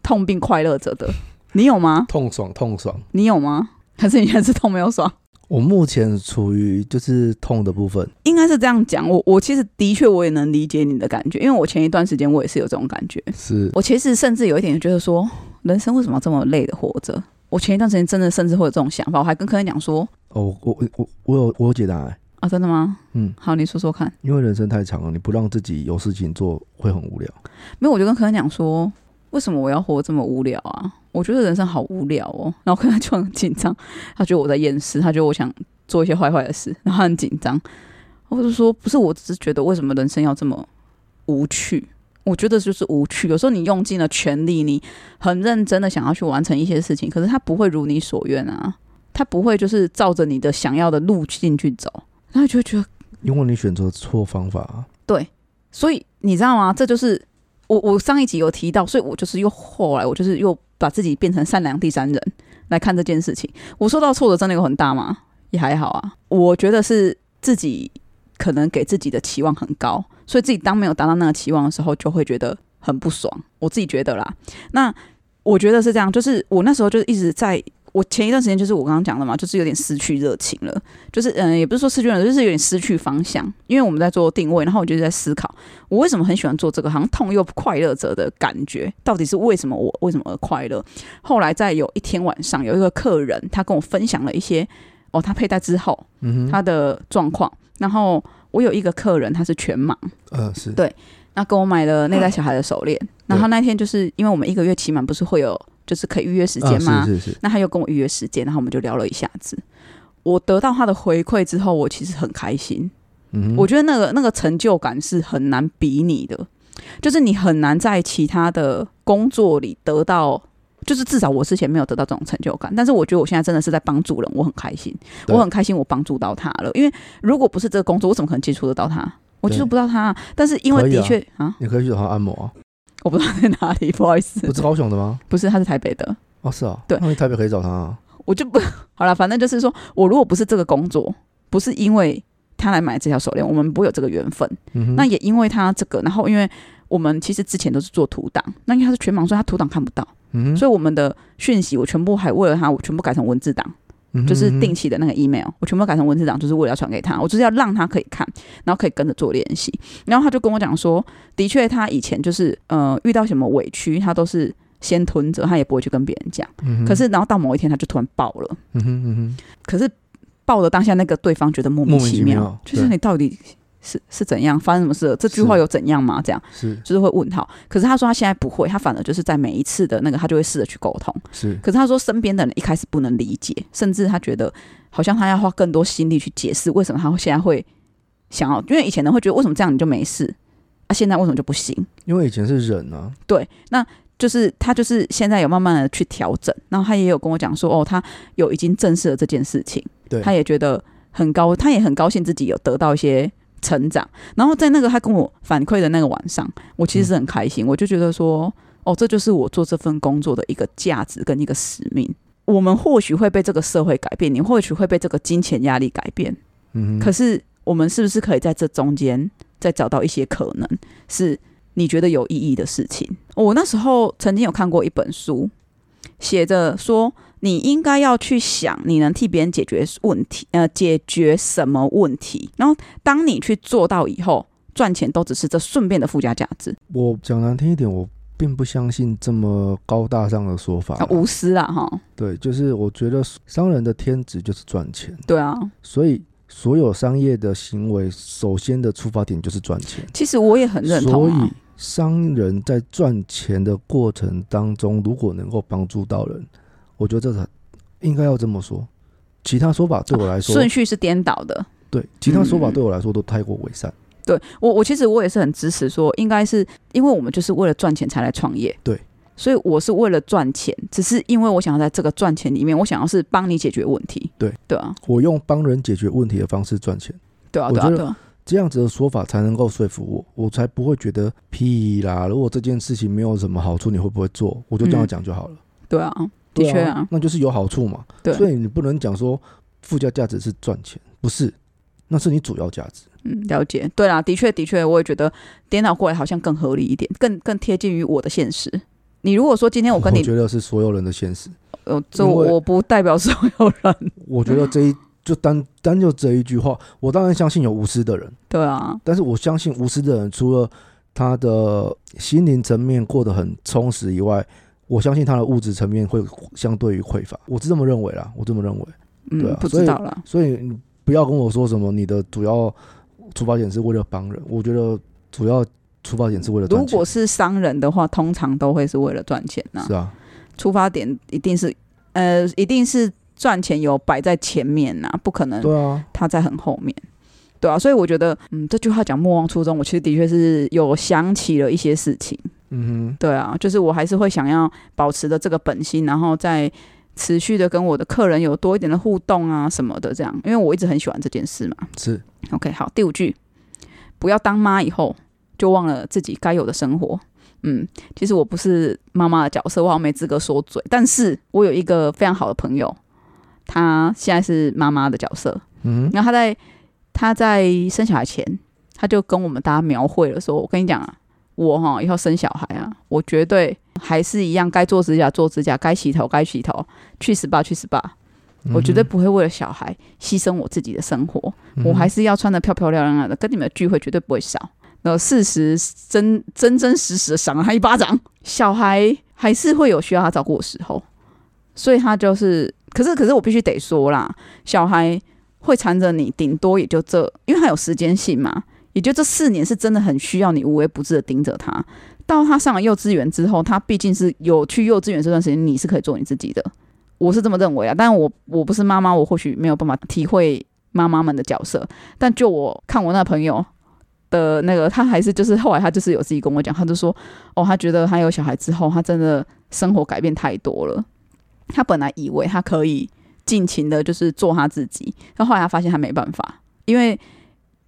痛并快乐着的。你有吗？
痛爽痛爽。
你有吗？还是你还是痛没有爽？
我目前处于就是痛的部分，
应该是这样讲，我我其实的确我也能理解你的感觉，因为我前一段时间我也是有这种感觉。
是
我其实甚至有一点觉得说，人生为什么要这么累的活着？我前一段时间真的甚至会有这种想法，我还跟客人讲说，
哦，我我我我有我有解答、欸，
啊，真的吗？
嗯，
好，你说说看。
因为人生太长了，你不让自己有事情做会很无聊。
没有，我就跟客人讲说，为什么我要活这么无聊啊？我觉得人生好无聊哦。然后客人就很紧张，他觉得我在厌世，他觉得我想做一些坏坏的事，然后他很紧张。我就说，不是，我只是觉得为什么人生要这么无趣？我觉得就是无趣。有时候你用尽了全力，你很认真的想要去完成一些事情，可是它不会如你所愿啊，它不会就是照着你的想要的路径去走，然后就会觉得
因为你选择错方法啊，
所以你知道吗？这就是我我上一集有提到，所以我就是又后来我就是又把自己变成善良第三人来看这件事情。我受到挫折真的有很大吗？也还好啊，我觉得是自己可能给自己的期望很高，所以自己当没有达到那个期望的时候，就会觉得很不爽。我自己觉得啦，那我觉得是这样，就是我那时候就一直在。我前一段时间就是我刚刚讲的嘛，就是有点失去热情了，就是嗯、呃也不是说失去热情，就是有点失去方向。因为我们在做定位，然后我就在思考，我为什么很喜欢做这个，好像痛又快乐着的感觉，到底是为什么我为什么而快乐？后来在有一天晚上，有一个客人他跟我分享了一些哦，他佩戴之后
嗯哼，
他的状况，然后我有一个客人他是全盲，
呃是
对那跟我买了内在小孩的手
嗯
链，然后那天就是因为我们一个月期满不是会有就是可以预约时间吗？
啊、是是是，
那他又跟我预约时间，然后我们就聊了一下子。我得到他的回馈之后，我其实很开心，
嗯哼，
我觉得那个那个成就感是很难比拟的，就是你很难在其他的工作里得到，就是至少我之前没有得到这种成就感。但是我觉得我现在真的是在帮助人，我很开心，
对
我很开心我帮助到他了。因为如果不是这个工作，我怎么可能接触得到他？我接触不到他啊，但是因为
可以啊
的确啊，
你可以去找他按摩啊，
我不知道在哪里，不好意思，
不是高雄的吗？
不是他是台北的，
哦是啊，
对
那你台北可以找他啊，
我就不好了，反正就是说我如果不是这个工作，不是因为他来买这条手链，我们不会有这个缘分。
嗯哼，
那也因为他这个，然后因为我们其实之前都是做图档，那因为他是全盲，所以他图档看不到，
嗯
所以我们的讯息我全部还为了他，我全部改成文字档，
哼，
就是
嗯哼
定期的那个 email，我全部改成文字档，就是为了要传给他，我就是要让他可以看，然后可以跟着做练习。然后他就跟我讲说，的确他以前就是呃遇到什么委屈，他都是先吞着，他也不会去跟别人讲。
嗯哼
可是然后到某一天，他就突然爆了。
嗯哼嗯哼，
可是爆的当下，那个对方觉得莫名
莫名
其
其妙
就是
对
你到底是是怎样发生什么事了？这句
是
话有怎样吗？这样
是
就是会问号。可是他说他现在不会，他反而就是在每一次的那个，他就会试着去沟通。
是，
可是他说身边的人一开始不能理解，甚至他觉得好像他要花更多心力去解释为什么他会现在会想要，因为以前人会觉得为什么这样你就没事，啊，现在为什么就不行？
因为以前是忍啊，
对，那就是他就是现在有慢慢的去调整，然后他也有跟我讲说，哦，他有已经正视了这件事情，
对
他也觉得很高，他也很高兴自己有得到一些成长。然后在那个他跟我反馈的那个晚上，我其实是很开心，我就觉得说，哦，这就是我做这份工作的一个价值跟一个使命。我们或许会被这个社会改变，你或许会被这个金钱压力改变，
嗯哼，
可是我们是不是可以在这中间再找到一些可能，是你觉得有意义的事情？我那时候曾经有看过一本书，写着说你应该要去想你能替别人解决问题，呃，解决什么问题？然后当你去做到以后，赚钱都只是这顺便的附加价值，
我讲难听一点，我并不相信这么高大上的说法
啊
啦。
无私啦，哈，
对，就是我觉得商人的天职就是赚钱，
对啊。
所以所有商业的行为，首先的出发点就是赚钱。
其实我也很认
所
同
以
啊，
商人在赚钱的过程当中，如果能够帮助到人，我觉得这是应该要这么说。其他说法对我来说，
顺序是颠倒的。
对其他说法
嗯
对我来说都太过伪善。
对我，我其实我也是很支持说，应该是因为我们就是为了赚钱才来创业，
对，
所以我是为了赚钱，只是因为我想要在这个赚钱里面，我想要是帮你解决问题，
对，
对啊，
我用帮人解决问题的方式赚钱，
对啊，
我
对
觉
啊，
得
对啊，
这样子的说法才能够说服我，我才不会觉得屁啦。如果这件事情没有什么好处，你会不会做？我就这样
嗯
讲就好了。
对啊，的
对
确
啊
啊，
那就是有好处嘛。
对
所以你不能讲说附加价值是赚钱，不是，那是你主要价值。
嗯，了解，对啦，的确，的确，我也觉得颠倒过来好像更合理一点，更更贴近于我的现实。你如果说今天我跟你，
觉得是所有人的现实。
呃，这
因为
我不代表所有人，
我觉得这
嗯
一就单单就这一句话，我当然相信有无私的人，
对啊，
但是我相信无私的人除了他的心灵层面过得很充实以外，我相信他的物质层面会相对于匮乏。我是这么认为啦，我这么认为。
嗯，
对啊
不
所
知
以
道啦，
所以你不要跟我说什么你的主要出发点是为了帮人，我觉得主要出发点是为了
如
赚钱
果。是商人的话，通常都会是为了赚钱呐、
是啊，
出发点一定是，呃，一定是赚钱有摆在前面呐、不可能
对啊，
他在很后面，对啊，所以我觉得，嗯，这句话讲莫忘初衷，我其实的确是有想起了一些事情，
嗯
对啊，就是我还是会想要保持着这个本心，然后再持续的跟我的客人有多一点的互动啊什么的，这样，因为我一直很喜欢这件事嘛。
哼，是
OK，好，第五句，不要当妈以后就忘了自己该有的生活。嗯，其实我不是妈妈的角色，我好像没资格说嘴，但是我有一个非常好的朋友，她现在是妈妈的角色，
嗯哼，
然后她在她在生小孩前，她就跟我们大家描绘了说，我跟你讲啊，我哈以后生小孩啊，我绝对还是一样该做指甲做指甲，该洗头该洗头，去 SPA 去 SPA，我绝对不会为了小孩牺牲我自己的生活。
嗯嗯哼，
我还是要穿的漂漂亮亮的，跟你们的聚会绝对不会少。然后事实真真真实实的赏了他一巴掌，小孩还是会有需要他照顾的时候，所以他就是，可是可是我必须得说啦，小孩会缠着你，顶多也就这，因为他有时间性嘛，也就这四年是真的很需要你无微不至的盯着他。到他上了幼稚园之后，他毕竟是有去幼稚园这段时间，你是可以做你自己的，我是这么认为啊。但我我不是妈妈，我或许没有办法体会妈妈们的角色，但就我看我那朋友的那个，他还是就是后来他就是有自己跟我讲，他就说哦，他觉得他有小孩之后，他真的生活改变太多了。他本来以为他可以尽情的，就是做他自己，但后来他发现他没办法，因为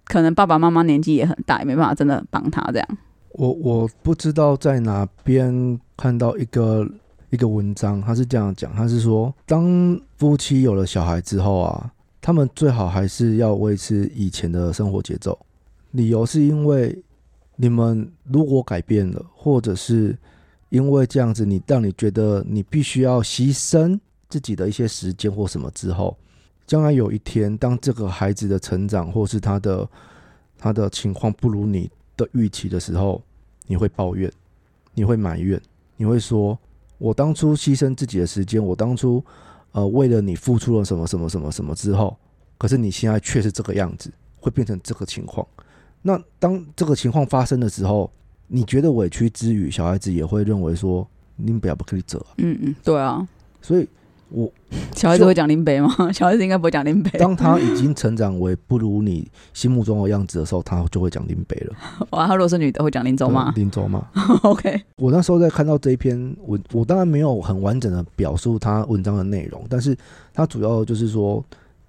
可能爸爸妈妈年纪也很大，也没办法真的帮他这样。
我我不知道在哪边看到一个一个文章，他是这样讲，他是说，当夫妻有了小孩之后啊，他们最好还是要维持以前的生活节奏，理由是因为你们如果改变了，或者是因为这样子你让你觉得你必须要牺牲自己的一些时间或什么之后，将来有一天，当这个孩子的成长或是他的他的情况不如你的预期的时候，你会抱怨，你会埋怨，你会说我当初牺牲自己的时间，我当初呃为了你付出了什么什么什么什么之后，可是你现在却是这个样子，会变成这个情况。那当这个情况发生的时候，你觉得委屈之余，小孩子也会认为说你不要不可以走、啊。
嗯嗯，对啊，
所以我
小孩子会讲林北吗？小孩子应该不会讲林北。
当他已经成长为不如你心目中的样子的时候，他就会讲林北了。
哇，他如果是女的会讲林州 吗
林州吗？
？OK，
我那时候在看到这一篇文，我当然没有很完整的表述他文章的内容，但是他主要就是说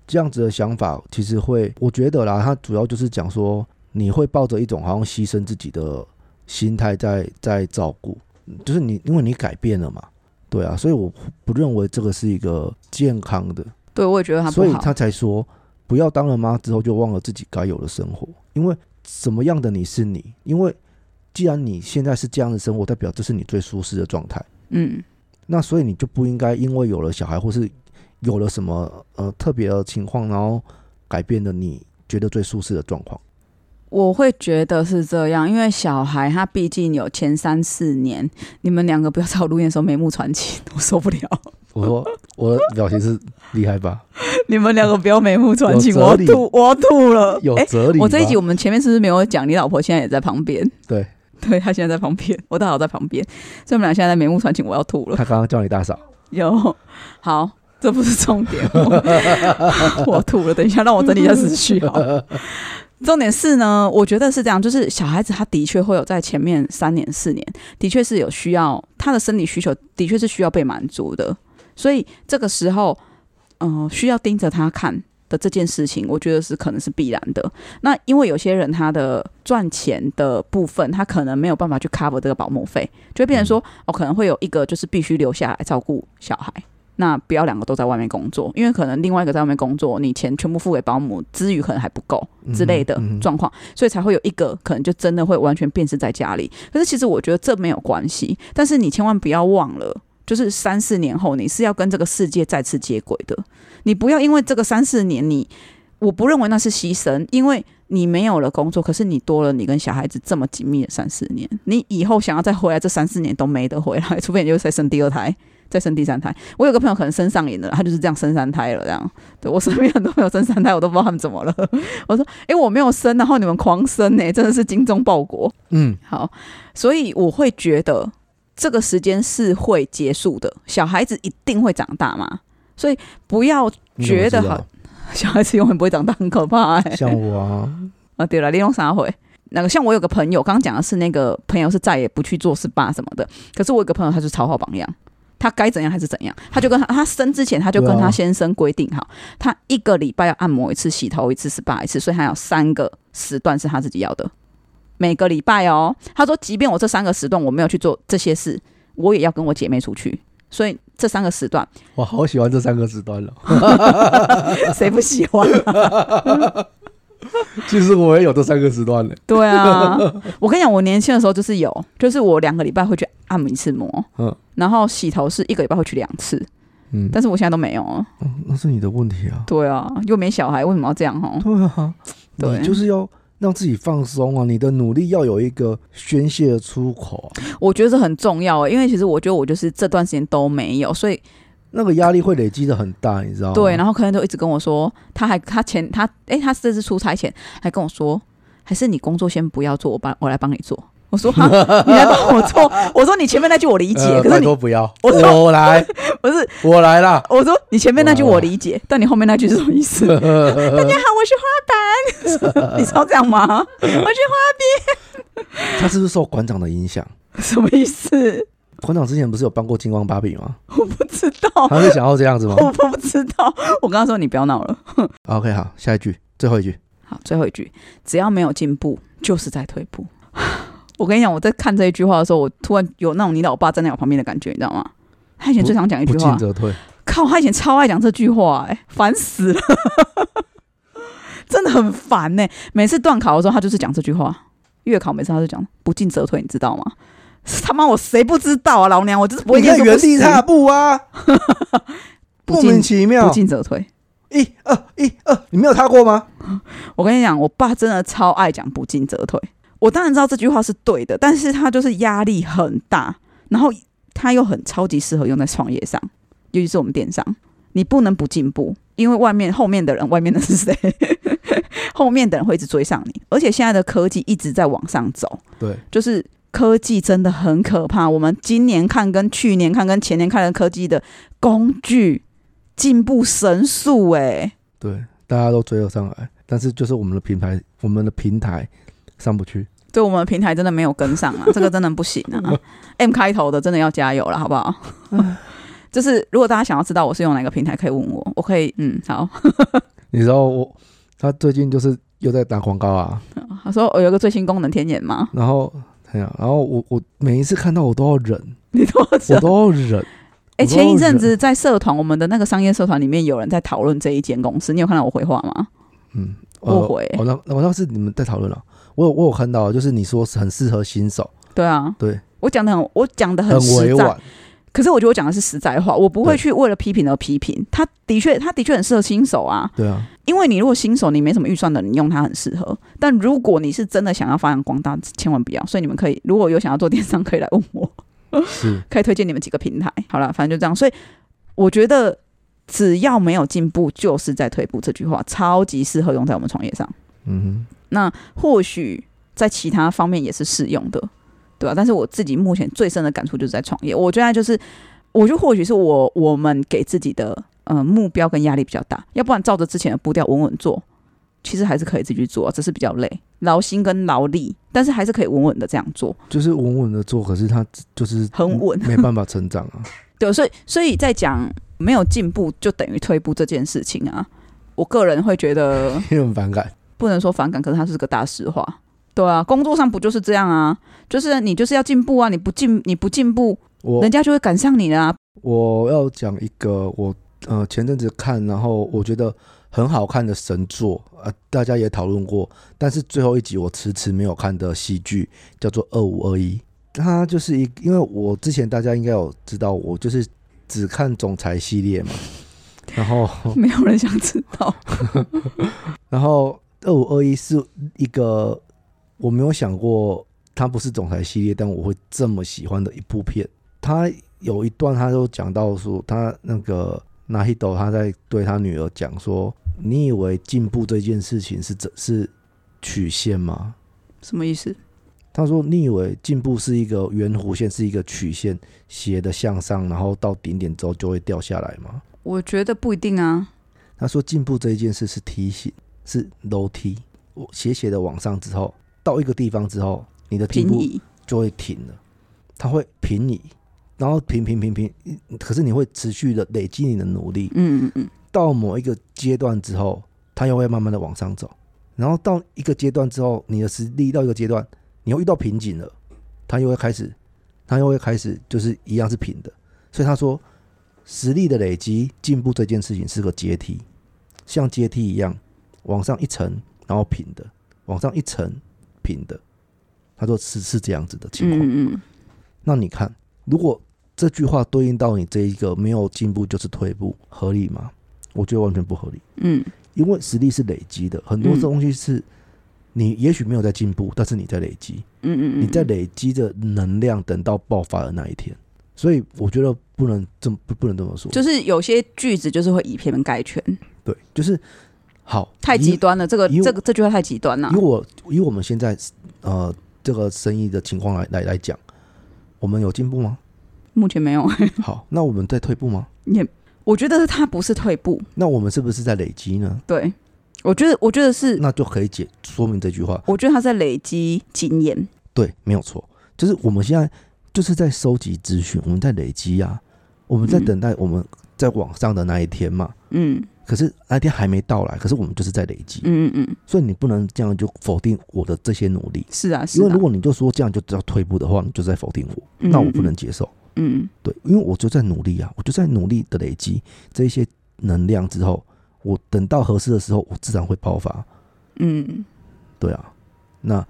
这样子的想法，其实会，我觉得啦，他主要就是讲说你会抱着一种好像牺牲自己的心态在在照顾，就是你因为你改变了嘛，对啊，所以我不认为这个是一个健康的，
对我也觉得他不
所以
好。
他才说不要当了妈之后就忘了自己该有的生活，因为什么样的你是你，因为既然你现在是这样的生活，代表这是你最舒适的状态，
嗯，
那所以你就不应该因为有了小孩或是有了什么呃特别的情况，然后改变了你觉得最舒适的状况。
我会觉得是这样，因为小孩他毕竟有前三四年，你们两个不要在我录音的时候眉目传情，我受不了。
我说我的表情是厉害吧，
你们两个不要眉目传情，
有
我
哲
要
理
吐，我要吐了。
有
哎
哲理吧、
我这一集我们前面是不是没有讲？你老婆现在也在旁边，
对
对她现在在旁边，我大嫂在旁边，所以我们俩现在在眉目传情，我要吐了。
他刚刚叫你大嫂，
有好，这不是重点，我 我吐了。等一下，让我整理一下思绪好了。重点是呢，我觉得是这样，就是小孩子他的确会有在前面三年四年，的确是有需要他的生理需求，的确是需要被满足的，所以这个时候，嗯，需要盯着他看的这件事情，我觉得是可能是必然的。那因为有些人他的赚钱的部分，他可能没有办法去 cover 这个保姆费，就会变成说，
嗯
哦，可能会有一个就是必须留下来照顾小孩。那不要两个都在外面工作，因为可能另外一个在外面工作，你钱全部付给保姆之余，可能还不够之类的
嗯哼嗯哼
状况，所以才会有一个可能就真的会完全变是在家里。可是其实我觉得这没有关系，但是你千万不要忘了，就是三四年后你是要跟这个世界再次接轨的，你不要因为这个三四年你，我不认为那是牺牲，因为你没有了工作，可是你多了你跟小孩子这么紧密的三四年，你以后想要再回来这三四年都没得回来，除非你就再生第二胎。再生第三胎，我有个朋友可能生上瘾了，他就是这样生三胎了，这样。对我身边很多朋友生三胎，我都不知道他们怎么了。 我说，诶、我没有生，然后你们狂生呢、真的是精忠报国。
嗯，
好，所以我会觉得这个时间是会结束的，小孩子一定会长大嘛，所以不要
你怎么
觉得
知道
好， 小孩子永远不会长大，很可怕、 欸。
像我啊，
啊，对了，利用啥回？那个像我有个朋友，刚刚讲的是那个朋友是再也不去做 SPA 什么的，可是我有个朋友他是超好榜样，他该怎样还是怎样，他就跟他他生之前他就跟
对啊
他先生规定好，他一个礼拜要按摩一次、洗头一次、SPA 一次，所以他有三个时段是他自己要的，每个礼拜哦。他说，即便我这三个时段我没有去做这些事，我也要跟我姐妹出去，所以这三个时段
我好喜欢这三个字段了。
谁不喜欢？
其实我也有这三个时段的，
对啊，我跟你讲，我年轻的时候就是有，就是我两个礼拜会去按摩一次摩，
嗯
然后洗头是一个礼拜会去两次，
嗯，
但是我现在都没有啊。
嗯那是你的问题啊。
对啊，又没小孩，为什么要这样哈？
对啊，
对
你就是要让自己放松啊，你的努力要有一个宣泄的出口、啊，
我觉得这很重要、欸，因为其实我觉得我就是这段时间都没有，所以
那个压力会累积的很大，你知道吗？
对，然后客人都一直跟我说，他还他前他诶，他这次出差前还跟我说，还是你工作先不要做，我帮我来帮你做。我说 哈，你来帮我做？我说你前面那句我理解，
呃
可是
拜
你
托不要，
我
我来，
不是
我来啦。
我说你前面那句
哇
我理解，但你后面那句是什么意思？大家好，我是花 旦，你知道这样吗？我是花
他是不是受馆长的影响？
什么意思？
馆长之前不是有帮过金光芭比吗？
我不知道，
他是想要这样子吗
我不知道。我跟他说你不要闹了。
？OK，好，下一句，最后一句，
好，最后一句，只要没有进步，就是在退步。 我跟你讲，我在看这一句话的时候，我突然有那种你老爸站在我旁边的感觉，你知道吗？他以前最常讲一
不
句
进
话，
则退。
靠，他以前超爱讲这句话、哎，烦死了， 真的很烦呢、每次断考的时候，他就是讲这句话。月考每次他就讲“不进则退”，你知道吗？他妈我谁不知道啊，老娘我就是不会
你在
念书
原地
不行
踏步啊，
不
莫
进
名其妙
不。进则退。
一二一二，你没有踏过吗？
我跟你讲，我爸真的超爱讲“不进则退”。我当然知道这句话是对的，但是他就是压力很大，然后它又很超级适合用在创业上，尤其是我们电商，你不能不进步，因为外面后面的人，外面的是谁？ 后面的人会一直追上你，而且现在的科技一直在往上走，
对，
就是科技真的很可怕。我们今年看、跟去年看、跟前年看的科技的工具进步神速、欸，
对，大家都追得上来，但是就是我们的平台，我们的平台上不去。
对我们的平台真的没有 跟上啊，这个真的不行
嗯
啊。M 开头的真的要加油了，好不好？ 就是如果大家想要知道我是用哪个平台，可以问我，我可以嗯好。
你知道我，他最近就是又在打广告啊，
他说哦我有个最新功能天眼吗？
然后哎呀，然后我我每一次看到我都要 忍，
你多久
我？都要忍。我
哎、
都
前一阵子在社团，我们的那个商业社团里面有人在讨论这一间公司，你有看到我回话吗？
嗯，
我回
我那我那是你们在讨论了，我有我有看到，就是你说是很适合新手，
对啊，
对，
我讲的很，我讲的
很委
实在
婉，，
可是我觉得我讲的是实在话，我不会
对
去为了批评而批评。他的确，他的确很适合新手啊，
对啊，
因为你如果新手，你没什么预算的，你用它很适合。但如果你是真的想要发扬光大，千万不要。所以你们可以，如果有想要做电商，可以来问我。
是
可以推荐你们几个平台。好了，反正就这样。所以我觉得只要没有进步，就是在退步。这句话超级适合用在我们创业上。
嗯哼，
那或许在其他方面也是适用的，对吧、但是我自己目前最深的感触就是在创业，我觉得就是，我觉得或许是我我们给自己的呃目标跟压力比较大，要不然照着之前的步调稳稳做，其实还是可以自己去做，只是比较累，劳心跟劳力，但是还是可以稳稳的这样做。
就是稳稳的做，可是他就是
很稳
没办法成长啊，
对，所以所以在讲没有进步就等于退步这件事情啊，我个人会觉得
也很反感，
不能说反感，可是它是个大实话。对啊，工作上不就是这样啊？就是你就是要进步啊，你不进你不进步，
我
人家就会赶上你了啊。
我要讲一个我呃前阵子看，然后我觉得很好看的神作，呃，大家也讨论过，但是最后一集我迟迟没有看的戏剧叫做《二五二一》，它就是一，因为我之前大家应该有知道，我就是只看总裁系列嘛，然后
没有人想知道，
然后二五二一是一个我没有想过它不是总裁系列，但我会这么喜欢的一部片。他有一段他都讲到说，他那个 n a h i d o 他在对他女儿讲说：“你以为进步这件事情是怎是曲线吗？”
什么意思？
他说：“你以为进步是一个圆弧线，是一个曲线斜的向上，然后到顶点之后就会掉下来吗
我觉得不一定啊。？”
他说：“进步这一件事是梯形，是楼梯，我斜斜的往上之后，到一个地方之后，你的进
平
步
移，
就会停了，它会平你，然后平平平平，可是你会持续的累积你的努力，
嗯嗯嗯，
到某一个阶段之后，它又会慢慢的往上走，然后到一个阶段之后，你的实力到一个阶段，你又遇到瓶颈了，它又会开始，它又会开始就是一样是平的，所以他说，实力的累积进步这件事情是个阶梯，像阶梯一样往上一层，然后平的，往上一层平的，他说是是这样子的情况。
嗯嗯
那你看，如果这句话对应到你这一个没有进步就是退步，合理吗？我觉得完全不合理，
嗯，
因为实力是累积的，很多
嗯
东西是你也许没有在进步，但是你在累积，
嗯嗯嗯，
你在累积着能量，等到爆发的那一天。所以我觉得不能这么不不能这么说，
就是有些句子就是会以偏概全，
对，就是好
太
以
极端啊了。这个
以我
这个这句话太极端了
以。我以我们现在呃这个生意的情况来来来讲，我们有进步 吗？
目前没有，
好，那我们在退步吗？
我觉得它不是退步，
那我们是不是在累积呢？
对，我觉得，我觉得是，
那就可以解说明这句话，
我觉得他在累积经验。
对，没有错，就是我们现在就是在收集资讯，我们在累积啊，我们在
嗯
等待我们在网上的那一天嘛。
嗯
可是那一天还没到来，可是我们就是在累积，
嗯嗯嗯，
所以你不能这样就否定我的这些努力，
是啊，是
因
啊。
为如果你就说这样就叫退步的话，你就在否定我，那我不能接受。
嗯，嗯，
对，因为我就在努力啊，我就在努力的累积这一些能量之后，我等到合适的时候，我自然会爆发。
嗯嗯，
对啊，那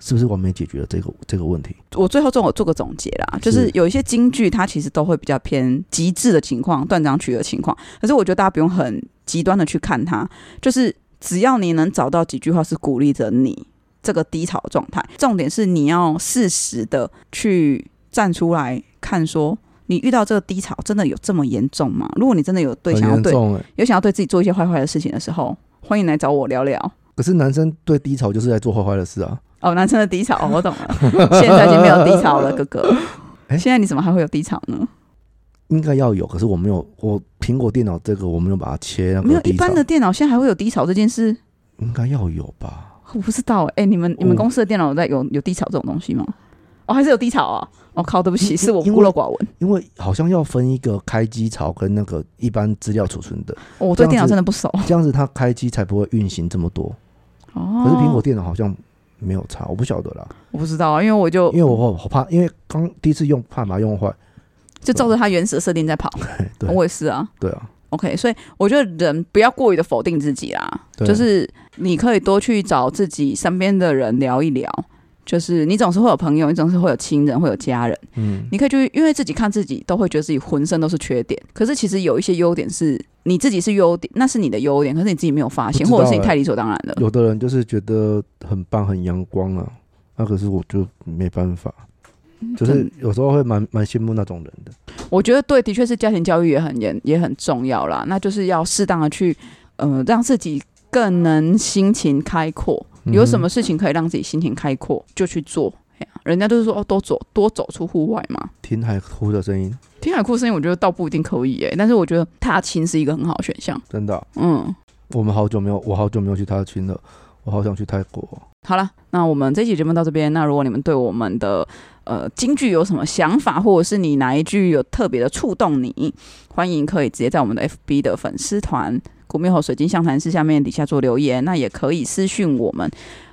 是不是完美解决了这个这个问题？
我最后做我做个总结啦，就是
是
有一些京剧，它其实都会比较偏极致的情况，断章取义的情况。可是我觉得大家不用很极端的去看它，就是只要你能找到几句话是鼓励着你这个低潮的状态，重点是你要适时的去站出来。看说，你遇到这个低潮真的有这么严重吗？如果你真的有对
很
想要
严
对
重哎。
有想要对自己做一些坏坏的事情的时候，欢迎来找我聊聊。
可是男生对低潮就是在做坏坏的事啊，
哦，男生的低潮，哦我懂了， 现在已经没有低潮了，哥哥。
哎
现在你怎么还会有低潮呢？
应该要有，可是我没有，我苹果电脑这个我没有把它切那
没有
个
一
低潮
般，的电脑现在还会有低潮这件事，
应该要有吧？
我不知道。哎、你们你们
哦
公司的电脑有在有有低潮这种东西吗？哦，还是有低潮啊？我、靠，对不起，
因
是我
因
孤陋
为
寡闻。
因为好像要分一个开机槽跟那个一般资料储存的，
哦我对
这样
电脑
子
真的不熟。
这样子它开机才不会运行这么多。
哦，
可是苹果电脑好像没有差，我不晓得啦，
我不知道啊，因为我就
因为我好怕，因为刚第一次用怕把它用坏。
就照着它原始的设定在跑。
对
我也是啊。
对啊，
OK，所以我觉得人不要过于的否定自己啦，
对啊
就是你可以多去找自己身边的人聊一聊，就是你总是会有朋友，你总是会有亲人，会有家人，
嗯，
你可以去，因为自己看自己都会觉得自己浑身都是缺点，可是其实有一些优点是你自己是优点，那是你的优点，可是你自己没有发现，
不知道
或者是你
欸
太理所当然了。
有的人就是觉得很棒、很阳光啊，那、可是我就没办法，就是有时候会蛮蛮羡慕那种人的。
我觉得对，的确是家庭教育也很严也很重要啦，那就是要适当的去，呃，让自己更能心情开阔。
嗯哼
有什么事情可以让自己心情开阔，就去做。哎呀人家都是说哦，多走多走出户外嘛。
听海哭的声音，
听海哭声音，我觉得倒不一定可以耶，但是我觉得踏青是一个很好的选项。
真的啊、
嗯，
我们好久没有，我好久没有去他的群了，我好想去泰国哦。
好了，那我们这期节目到这边。那如果你们对我们的呃京剧有什么想法，或者是你哪一句有特别的触动你，欢迎可以直接在我们的 FB 的粉丝团“古灭猴水晶相谈室”下面底下做留言，那也可以私讯我们。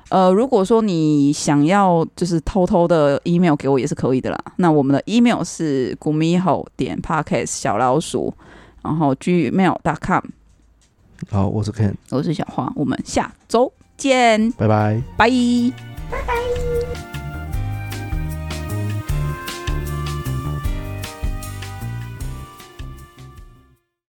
呃，如果说你想要就是偷偷的 email 给我也是可以的啦。那我们的 email 是古米猴点 podcast 小老鼠，然后 gmail.com。
好，我是 Ken，
我是小花，我们下周见，
拜拜。
拜。